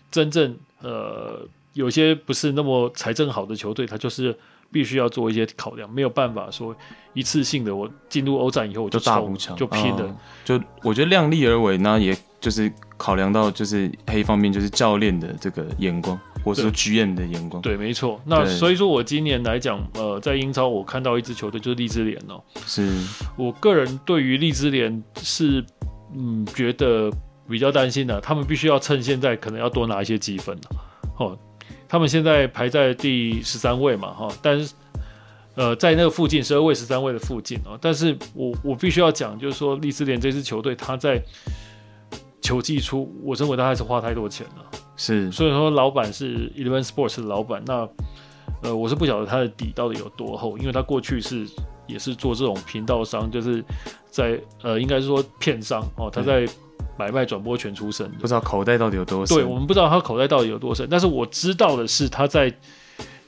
S2: 真正呃有些不是那么财政好的球队，他就是必须要做一些考量，没有办法说一次性的我进入欧战以后我
S1: 就大
S2: 冲
S1: 补强，
S2: 就拼了。
S1: 嗯就我觉得量力而为，那也就是考量到就是黑方面就是教练的这个眼光，或者说 GM 的眼光，
S2: 对，没错。那
S1: 哦对
S2: 所以说我今年来讲，呃，在英超我看到一支球队就是利兹联哦，
S1: 是
S2: 我个人对于荔枝联是，嗯，觉得比较担心的、他们必须要趁现在可能要多拿一些积分了哦，他们现在排在第十三位嘛，哈、哦但是呃，在那个附近十二位、十三位的附近哦，但是我我必须要讲，就是说荔枝联这支球队，他在球季初，我认为他还是花太多钱了。
S1: 是
S2: 所以说老板是 Eleven Sports 的老板，那呃，我是不晓得他的底到底有多厚，因为他过去是也是做这种频道商，就是在呃，应该是说片商哦，他在买卖转播权出身
S1: 不
S2: 的。
S1: 知道口袋到底有多深。
S2: 对，我们不知道他口袋到底有多深，但是我知道的是，他在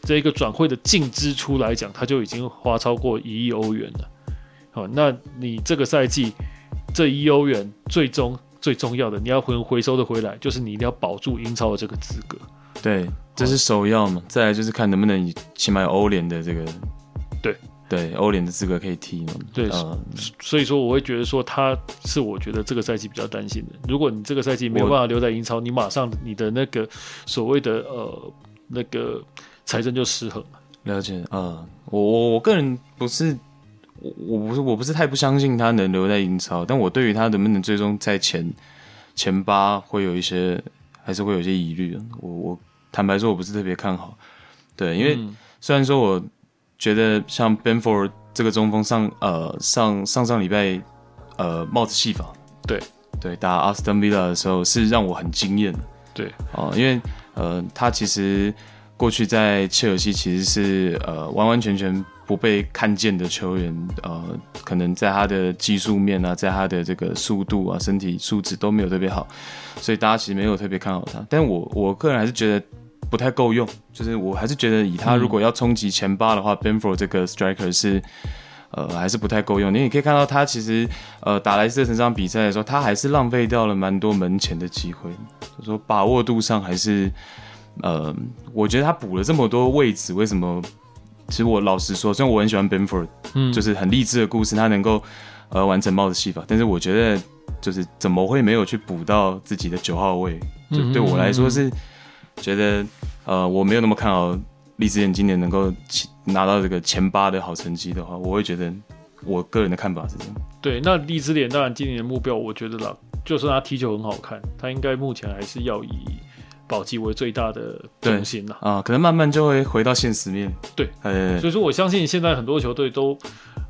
S2: 这个转会的净支出来讲，他就已经花超过一亿欧元了。好、那你这个赛季这一亿欧元最终最重要的，你要回回收的回来，就是你一定要保住英超的这个资格。
S1: 对，这是首要嘛，再来就是看能不能以起码有欧联的这个，
S2: 对
S1: 对，欧联的资格可以踢嘛。
S2: 对
S1: 呃、
S2: 所以说，我会觉得说他是我觉得这个赛季比较担心的。如果你这个赛季没有办法留在英超，你马上你的那个所谓的呃那个财政就失衡了。
S1: 了解啊、呃我我我个人不是，我我不是我不是太不相信他能留在英超，但我对于他能不能最终在前前八会有一些，还是会有一些疑虑啊。我我坦白说，我不是特别看好，对，因为
S2: 嗯
S1: 虽然说我觉得像 Benford 这个中锋上呃上上上礼拜呃帽子戏法，
S2: 对
S1: 对打阿斯顿 villa 的时候是让我很惊艳的
S2: 对
S1: 哦、因为呃他其实过去在切尔西其实是呃完完全全不被看见的球员，呃可能在他的技术面啊，在他的这个速度啊、身体素质都没有特别好，所以大家其实没有特别看好他，但我我个人还是觉得。不太够用，就是我还是觉得以他如果要冲击前八的话、b e n f o r d 这个 striker 是呃还是不太够用。你也可以看到他其实呃打莱斯特城这场比赛的时候，他还是浪费掉了蛮多门前的机会，就说把握度上还是呃，我觉得他补了这么多位置，为什么？其实我老实说，虽然我很喜欢 Benford，
S2: 嗯
S1: 就是很励志的故事，他能够呃完成帽子戏法，但是我觉得就是怎么会没有去补到自己的九号位？就
S2: 嗯
S1: 对我来说是觉得呃我没有那么看好利兹联今年能够起拿到这个前八的好成绩的话，我会觉得我个人的看法是这样。
S2: 对。那利兹联当然今年的目标，我觉得啦，就算他踢球很好看，他应该目前还是要以保级为最大的重心啦。
S1: 啊、可能慢慢就会回到现实面。
S2: 对，
S1: 呃，
S2: 所以说，我相信现在很多球队都，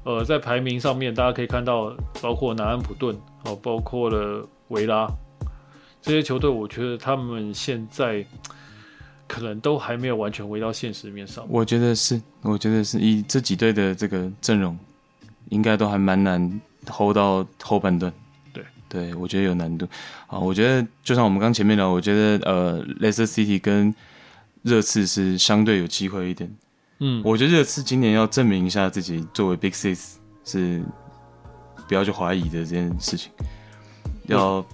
S2: 呃，在排名上面，大家可以看到，包括南安普顿，哦，包括了维拉这些球队，我觉得他们现在可能都还没有完全回到现实面上。
S1: 我觉得是，我觉得是以这几队的这个阵容，应该都还蛮难 hold 到后半段。
S2: 对，
S1: 对我觉得有难度。啊，我觉得就像我们刚前面聊，我觉得呃，Leicester City 跟热刺是相对有机会一点。
S2: 嗯，
S1: 我觉得热刺今年要证明一下自己作为 Big Six 是不要去怀疑的这件事情，要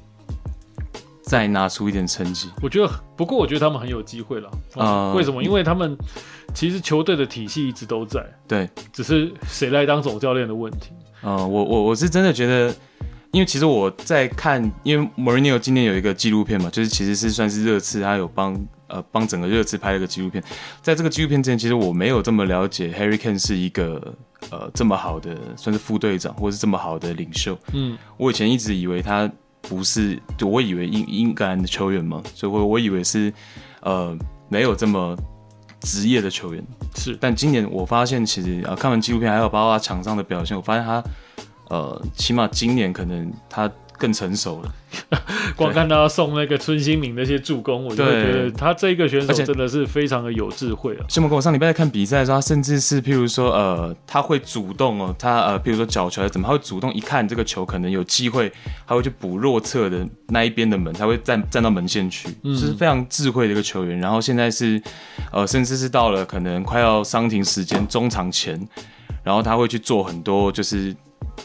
S1: 再拿出一点成绩。
S2: 我觉得，不过我觉得他们很有机会了。
S1: 啊
S2: 为什么？因为他们其实球队的体系一直都在，
S1: 对，
S2: 只是谁来当总教练的问题。
S1: 呃，我我我是真的觉得，因为其实我在看，因为 Mourinho 今年有一个纪录片嘛，就是其实是算是热刺，他有帮呃帮整个热刺拍了个纪录片。在这个纪录片之前，其实我没有这么了解 Harry Kane 是一个呃这么好的算是副队长，或是这么好的领袖。
S2: 嗯，
S1: 我以前一直以为他不是，就我以为英英格兰的球员嘛，所以我我以为是呃没有这么职业的球员。
S2: 是
S1: 但今年我发现，其实呃，看完纪录片，还有包括他场上的表现，我发现他呃，起码今年可能他更成熟了，
S2: 光看他送那个孙兴民那些助攻，我就会
S1: 对
S2: 觉得他这个选手
S1: 而且
S2: 真的是非常的有智慧啊。
S1: 西蒙哥，我上礼拜在看比赛的时候，他甚至是譬如说，呃，他会主动哦，他呃，譬如说角球还是怎么，他会主动一看这个球可能有机会，他会去补弱侧的那一边的门，他会站站到门线去，
S2: 嗯
S1: 就是非常智慧的一个球员。然后现在是，呃，甚至是到了可能快要伤停时间中场前，然后他会去做很多就是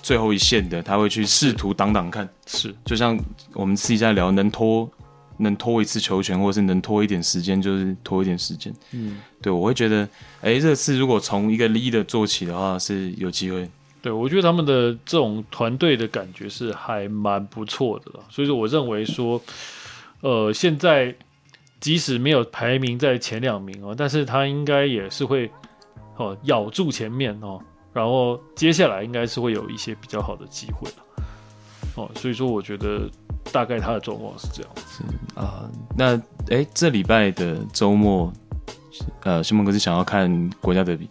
S1: 最后一线的，他会去试图挡挡看。
S2: 是，
S1: 就像我们私底下聊，能拖能拖一次球权，或者是能拖一点时间，就是拖一点时间。
S2: 嗯，
S1: 对，我会觉得，哎，这次如果从一个 leader 做起的话，是有机会。
S2: 对，我觉得他们的这种团队的感觉是还蛮不错的啦。所以说，我认为说，呃，现在即使没有排名在前两名哦，但是他应该也是会哦咬住前面哦，然后接下来应该是会有一些比较好的机会了。哦，所以说我觉得大概他的状况是这样。
S1: 啊、那哎，这礼拜的周末，呃，西蒙哥是想要看国家德比，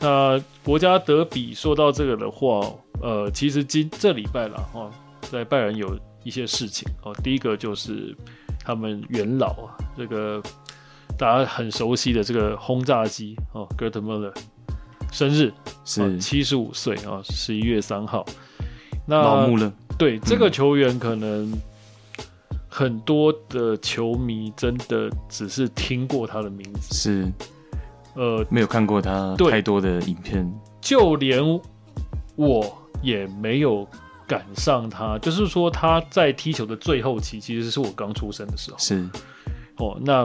S2: 那国家德比说到这个的话，呃，其实今这礼拜了哈、哦，在拜仁有一些事情哦。第一个就是他们元老啊，这个大家很熟悉的这个轰炸机哦 g e r t m u l l e r 生日哦
S1: 是
S2: 七十五岁啊，十一月三号。那
S1: 老穆勒，
S2: 对这个球员，可能很多的球迷真的只是听过他的名字，
S1: 是
S2: 呃，
S1: 没有看过他
S2: 对
S1: 太多的影片，
S2: 就连我也没有赶上他，就是说他在踢球的最后期，其实是我刚出生的时候
S1: 是
S2: 哦。那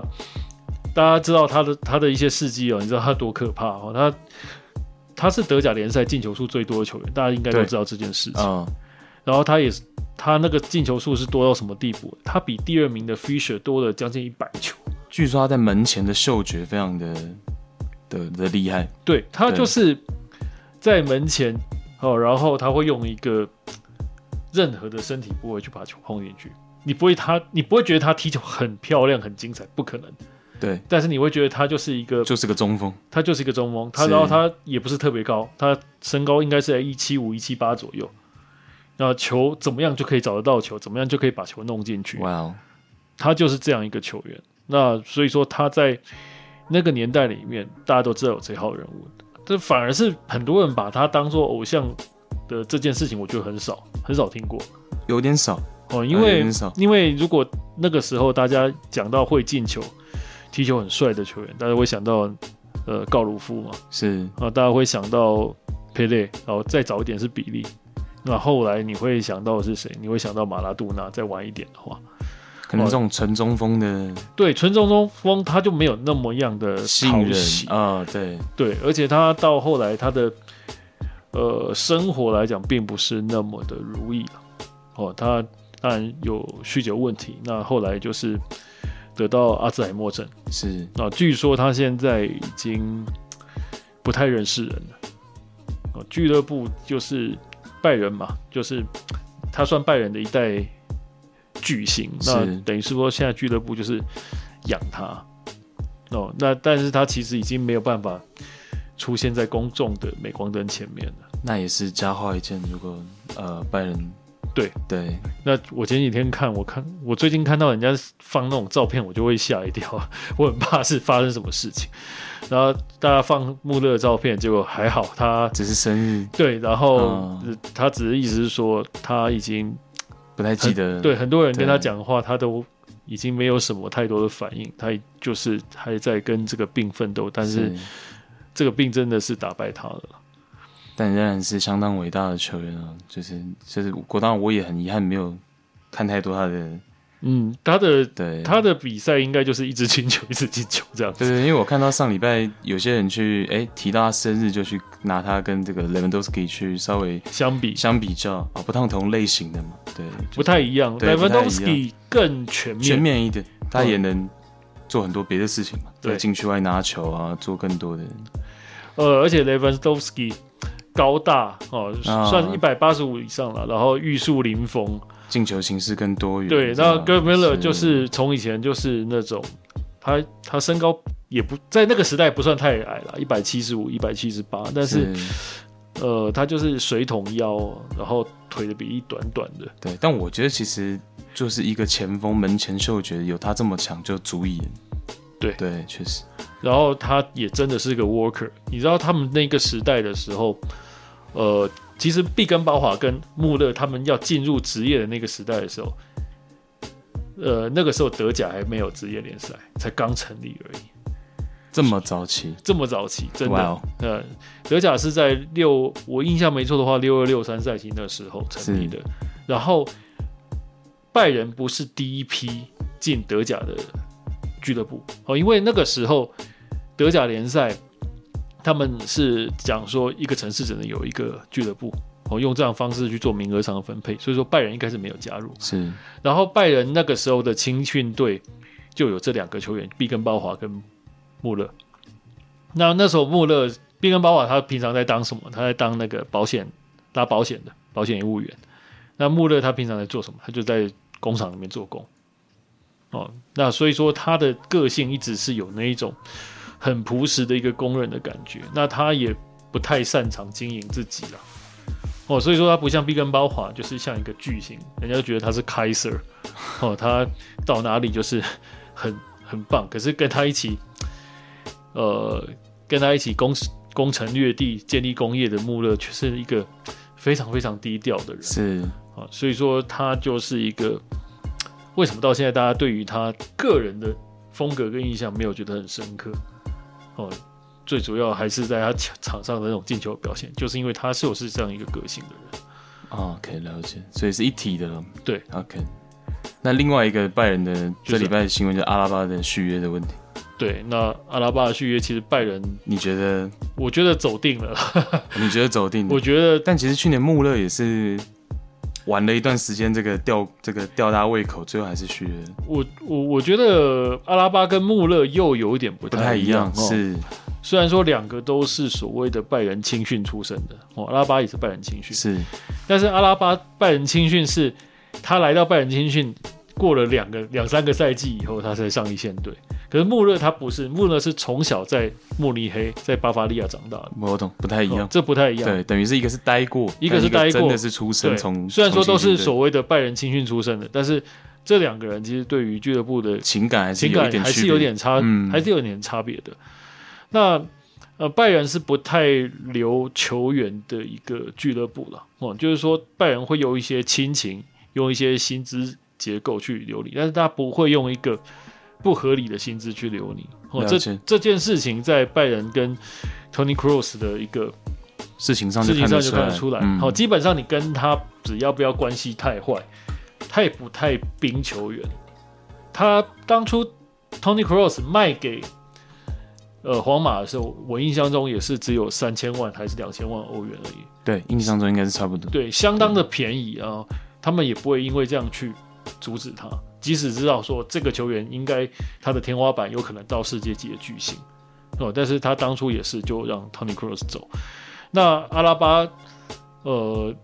S2: 大家知道他的他的一些事迹哦，你知道他多可怕哦，他他是德甲联赛进球数最多的球员，大家应该都
S1: 对
S2: 知道这件事情。
S1: 啊、
S2: 然后他也是他那个进球数是多到什么地步？他比第二名的 Fisher 多了将近一百球。
S1: 据说他在门前的嗅觉非常的的的厉害，
S2: 对他
S1: 对
S2: 就是在门前哦，然后他会用一个任何的身体部位去把球碰进去。你不会他，你不会觉得他踢球很漂亮、很精彩，不可能。
S1: 对，
S2: 但是你会觉得他就是一个，
S1: 就是个中锋，
S2: 他就是一个中锋，他
S1: 是
S2: 然后他也不是特别高，他身高应该是在一七五、一七八左右。那球怎么样就可以找得到球，怎么样就可以把球弄进去。
S1: 哇哦，
S2: 他就是这样一个球员。那所以说他在那个年代里面，大家都知道有这号人物，这反而是很多人把他当做偶像的这件事情，我觉得很少很少听过
S1: 有点少，
S2: 哦，因
S1: 呃有
S2: 为、
S1: 点少
S2: 因为如果那个时候大家讲到会进球、踢球很帅的球员，大家会想到呃告鲁夫嘛，
S1: 是
S2: 啊，大家会想到佩雷，然后再早一点是比利。那后来你会想到的是谁？你会想到马拉杜纳，再晚一点的话，
S1: 可
S2: 哦
S1: 能这种纯中锋的
S2: 对，纯中中锋他就没有那么样的
S1: 信
S2: 呃讨
S1: 任
S2: 喜，
S1: 啊、对，
S2: 对，而且他到后来他的呃生活来讲并不是那么的如意了哦，他当然有酗酒问题，那后来就是得到阿兹海默症，
S1: 是
S2: 啊，据说他现在已经不太认识人了。哦，俱乐部就是拜仁嘛，就是他算拜仁的一代巨星，那
S1: 是
S2: 等于是说现在俱乐部就是养他。哦，那但是他其实已经没有办法出现在公众的镁光灯前面了。
S1: 那也是佳话一件。如果呃拜仁
S2: 对
S1: 对，
S2: 那我前几天看，我看我最近看到人家放那种照片，我就会吓一跳， *laughs* 我很怕是发生什么事情。然后大家放穆勒的照片，结果还好他
S1: 只是生日
S2: 对，然后
S1: 嗯
S2: 他只是意思是说他已经
S1: 不太记得，
S2: 对，很多人跟他
S1: 对
S2: 讲话，他都已经没有什么太多的反应，他就是还在跟这个病奋斗，但是这个病真的是打败他了。
S1: 但仍然是相当伟大的球员啊。就是就是，我当然我也很遗憾没有看太多他的
S2: 嗯，他的
S1: 对
S2: 他的比赛应该就是一直进球，一直进球这样子。
S1: 对对，因为我看到上礼拜有些人去哎提到他生日就去拿他跟这个 Lewandowski 去稍微
S2: 相比
S1: 相比较啊，不同同类型的嘛，对，
S2: 不太一样
S1: 对不太一样
S2: ，Lewandowski 更全面。
S1: 全面一点，他也能做很多别的事情嘛，
S2: 嗯对
S1: 在禁区外拿球啊，做更多的
S2: 呃，而且 Lewandowski 高大哦，
S1: 啊
S2: 算一百八十五以上了，然后玉树临风。
S1: 进球形式更多元。
S2: 对，
S1: 这样
S2: 那 g e r m i l l e r
S1: 是
S2: 就是从以前就是那种他他身高也不在那个时代不算太矮了，一百七十五、一百七十八，但是呃，他就是水桶腰，然后腿的比例短短的。
S1: 对，但我觉得其实就是一个前锋门前嗅觉有他这么强就足以。
S2: 对
S1: 对，确实，
S2: 然后他也真的是个 worker。你知道他们那个时代的时候，呃，其实毕根包华跟穆勒他们要进入职业的那个时代的时候，呃，那个时候德甲还没有职业联赛，才刚成立而已。
S1: 这么早期，
S2: 这么早期，真的
S1: 哇哦
S2: 呃，德甲是在六，我印象没错的话，六二六三赛季那时候成立的。然后，拜仁不是第一批进德甲的俱乐部哦，因为那个时候德甲联赛他们是讲说一个城市只能有一个俱乐部哦，用这样的方式去做名额上的分配，所以说拜仁一开始没有加入。
S1: 是
S2: 然后拜仁那个时候的青训队就有这两个球员，毕根包华跟穆勒。那那时候穆勒，毕根包华他平常在当什么？他在当那个保险拉保险的保险业务员。那穆勒他平常在做什么？他就在工厂里面做工。哦，那所以说他的个性一直是有那一种很朴实的一个工人的感觉。那他也不太擅长经营自己啦。哦，所以说他不像毕根包华，就是像一个巨星，人家就觉得他是 Kaiser，哦，他到哪里就是很很棒。可是跟他一起，呃，跟他一起攻攻城略地、建立工业的穆勒，却是一个非常非常低调的人
S1: 是，
S2: 啊。所以说他就是一个，为什么到现在大家对于他个人的风格跟印象没有觉得很深刻？哦，最主要还是在他场场上的那种进球表现，就是因为他是有是这样一个个性的人。
S1: 哦，可以了解，所以是一体的了。
S2: 对
S1: ，OK。那另外一个拜仁的
S2: 就是
S1: 这礼拜的新闻就是阿拉巴的续约的问题，
S2: 对，那阿拉巴的续约其实拜仁，
S1: 你觉得
S2: 我觉得走定了。
S1: 你觉得走定了？
S2: *laughs* 我觉得
S1: 但其实去年穆勒也是玩了一段时间，这个吊这个吊大胃口，最后还是续约，
S2: 我我我觉得阿拉巴跟穆勒又有一点不
S1: 不太
S2: 太
S1: 一
S2: 样
S1: 样。
S2: 哦。
S1: 是
S2: 虽然说两个都是所谓的拜仁青训出身的，哦，阿拉巴也是拜仁青训，
S1: 是，
S2: 但是阿拉巴拜仁青训是他来到拜仁青训过了两个两三个赛季以后，他才上一线队。可是穆勒他不是，穆勒是从小在慕尼黑在巴伐利亚长大的，
S1: 我懂，不太一
S2: 哦
S1: 样。
S2: 这不太一样。
S1: 对，等于是一个是待过，
S2: 一个是
S1: 但
S2: 待过
S1: 真的是出生
S2: 对，
S1: 从
S2: 虽然说都
S1: 从
S2: 是
S1: 青训队
S2: 所谓的拜仁青训出身的，但是这两个人其实对于俱乐部的
S1: 情感还是
S2: 情
S1: 有一
S2: 感
S1: 点
S2: 还
S1: 区
S2: 是
S1: 别
S2: 有点差，
S1: 嗯
S2: 还是有点差别的。那呃，拜仁是不太留球员的一个俱乐部了哦，就是说拜仁会用一些亲情，用一些薪资结构去留你，但是他不会用一个不合理的薪资去留你。哦，
S1: 了
S2: 这
S1: 解
S2: 这件事情在拜仁跟 Tony Cross 的一个
S1: 事情上
S2: 事
S1: 就
S2: 情
S1: 看
S2: 上
S1: 得
S2: 就
S1: 出
S2: 看
S1: 来，
S2: 得出来。
S1: 嗯
S2: 好、基本上你跟他只要不要关系太坏，他也不太冰球员。他当初 Tony Cross 卖给呃皇马的时候，我印象中也是只有三千万还是两千万欧元而已，
S1: 对，印象中应该是差不多。
S2: 对，相
S1: 嗯
S2: 当的便宜啊。他们也不会因为这样去阻止他，即使知道说这个球员应该他的天花板有可能到世界级的巨星哦，但是他当初也是就让 Tony Cross 走。那阿拉巴，呃，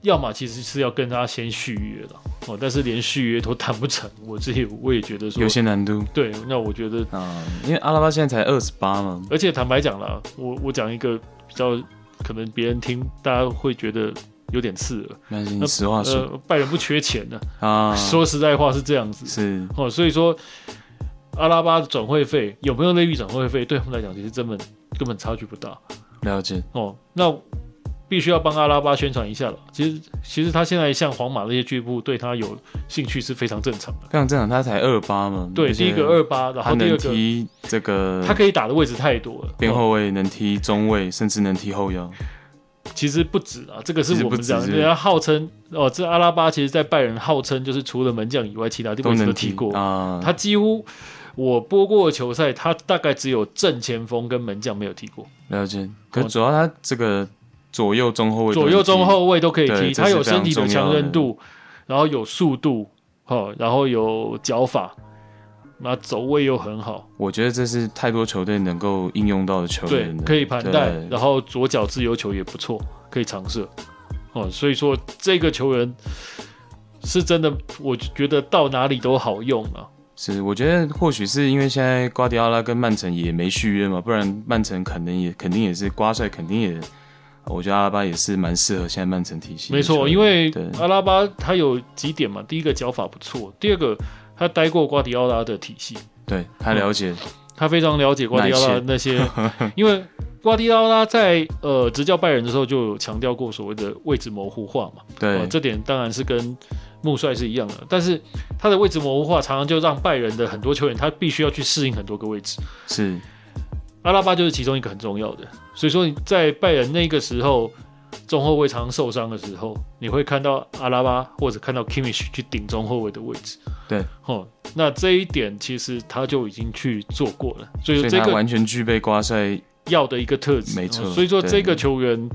S2: 要么其实是要跟他先续约了哦，但是连续约都谈不成，我自己我也觉得说
S1: 有，些难度
S2: 对，那我觉得，
S1: 啊，因为阿拉巴现在才二十八嘛，
S2: 而且坦白讲了，我我讲一个比较可能别人听大家会觉得有点刺耳，
S1: 但啊是
S2: 那
S1: 你实话说
S2: 呃，拜仁不缺钱呢、
S1: 啊，
S2: 说实在话是这样子，
S1: 是
S2: 哦，所以说阿拉巴的转会费有没有内币转会费，对他们来讲其实根本根本差距不大
S1: 了解，
S2: 哦。那必须要帮阿拉巴宣传一下了。其实其实他现在像皇马那些俱乐部对他有兴趣是非常正常的。
S1: 非常正常，他才二八嘛，
S2: 对，
S1: 而且
S2: 第一个二八，然
S1: 他
S2: 后第
S1: 能
S2: 二个
S1: 踢这个，
S2: 他可以打的位置太多了。
S1: 边
S2: 哦
S1: 后卫能踢中卫，甚至能踢后腰，
S2: 其实不止啊，这个
S1: 其
S2: 是
S1: 实
S2: 我们
S1: 不止
S2: 讲，
S1: 是
S2: 人家号称哦，这阿拉巴其实在拜仁号称就是除了门将以外，其他地
S1: 都
S2: 方
S1: 能
S2: 都踢过。
S1: 啊。
S2: 他几乎我播过的球赛，他大概只有正前锋跟门将没有踢过。
S1: 了解，可主要他这个左右中后卫都
S2: 左
S1: 能踢，
S2: 右中后卫都可以
S1: 对
S2: 踢，
S1: 这
S2: 他
S1: 是
S2: 有
S1: 非常
S2: 身体的
S1: 重要
S2: 强
S1: 的
S2: 韧度，然后有速度，哦，然后有脚法，那走位又很好，
S1: 我觉得这是太多球队能够应用到的球
S2: 对
S1: 员了，，
S2: 可以盘带
S1: 对，
S2: 然后左脚自由球也不错，可以尝试。哦，所以说这个球员是真的，我觉得到哪里都好用啊。
S1: 是，我觉得或许是因为现在瓜迪奥拉跟曼城也没续约嘛，不然曼城可能也肯定也是瓜帅，肯定也我觉得阿拉巴也是蛮适合现在曼城体系的
S2: 没
S1: 球
S2: 错，
S1: 员。
S2: 因为
S1: 对
S2: 阿拉巴他有几点嘛，第一个脚法不错，第二个他待过瓜迪奥拉的体系，
S1: 对
S2: 哦
S1: 他了解，
S2: 他非常了解瓜迪奥拉那些，
S1: *laughs*
S2: 因为瓜迪奥拉在呃执教拜仁的时候就有强调过所谓的位置模糊化嘛，
S1: 对
S2: 哦，这点当然是跟穆帅是一样的，但是他的位置模糊化常常就让拜仁的很多球员他必须要去适应很多个位置，
S1: 是
S2: 阿拉巴就是其中一个很重要的。所以说你在拜仁那个时候，中后卫常受伤的时候，你会看到阿拉巴或者看到 Kimmich 去顶中后卫的位置。
S1: 对，
S2: 哦，那这一点其实他就已经去做过了，所以
S1: 所
S2: 说
S1: 以
S2: 这
S1: 他
S2: 个
S1: 完全具备瓜帅
S2: 要的一个特质，
S1: 没错
S2: 哦所以说
S1: 对
S2: 这个球员，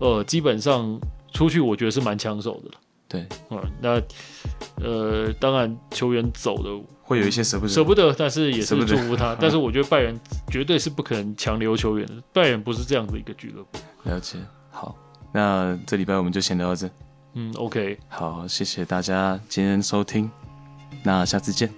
S2: 呃，基本上出去我觉得是蛮抢手的了。
S1: 对，
S2: 嗯，那呃，当然球员走了
S1: 会有一些舍不
S2: 舍
S1: 得，
S2: 不得，但是也
S1: 舍
S2: 是
S1: 不得
S2: 祝
S1: *laughs*
S2: 福他。但是我觉得拜仁绝对是不可能强留球员的，拜仁不是这样的一个俱乐部。
S1: 了解。好，那这礼拜我们就先聊到这。
S2: 嗯，OK，
S1: 好，谢谢大家今天收听，那下次见。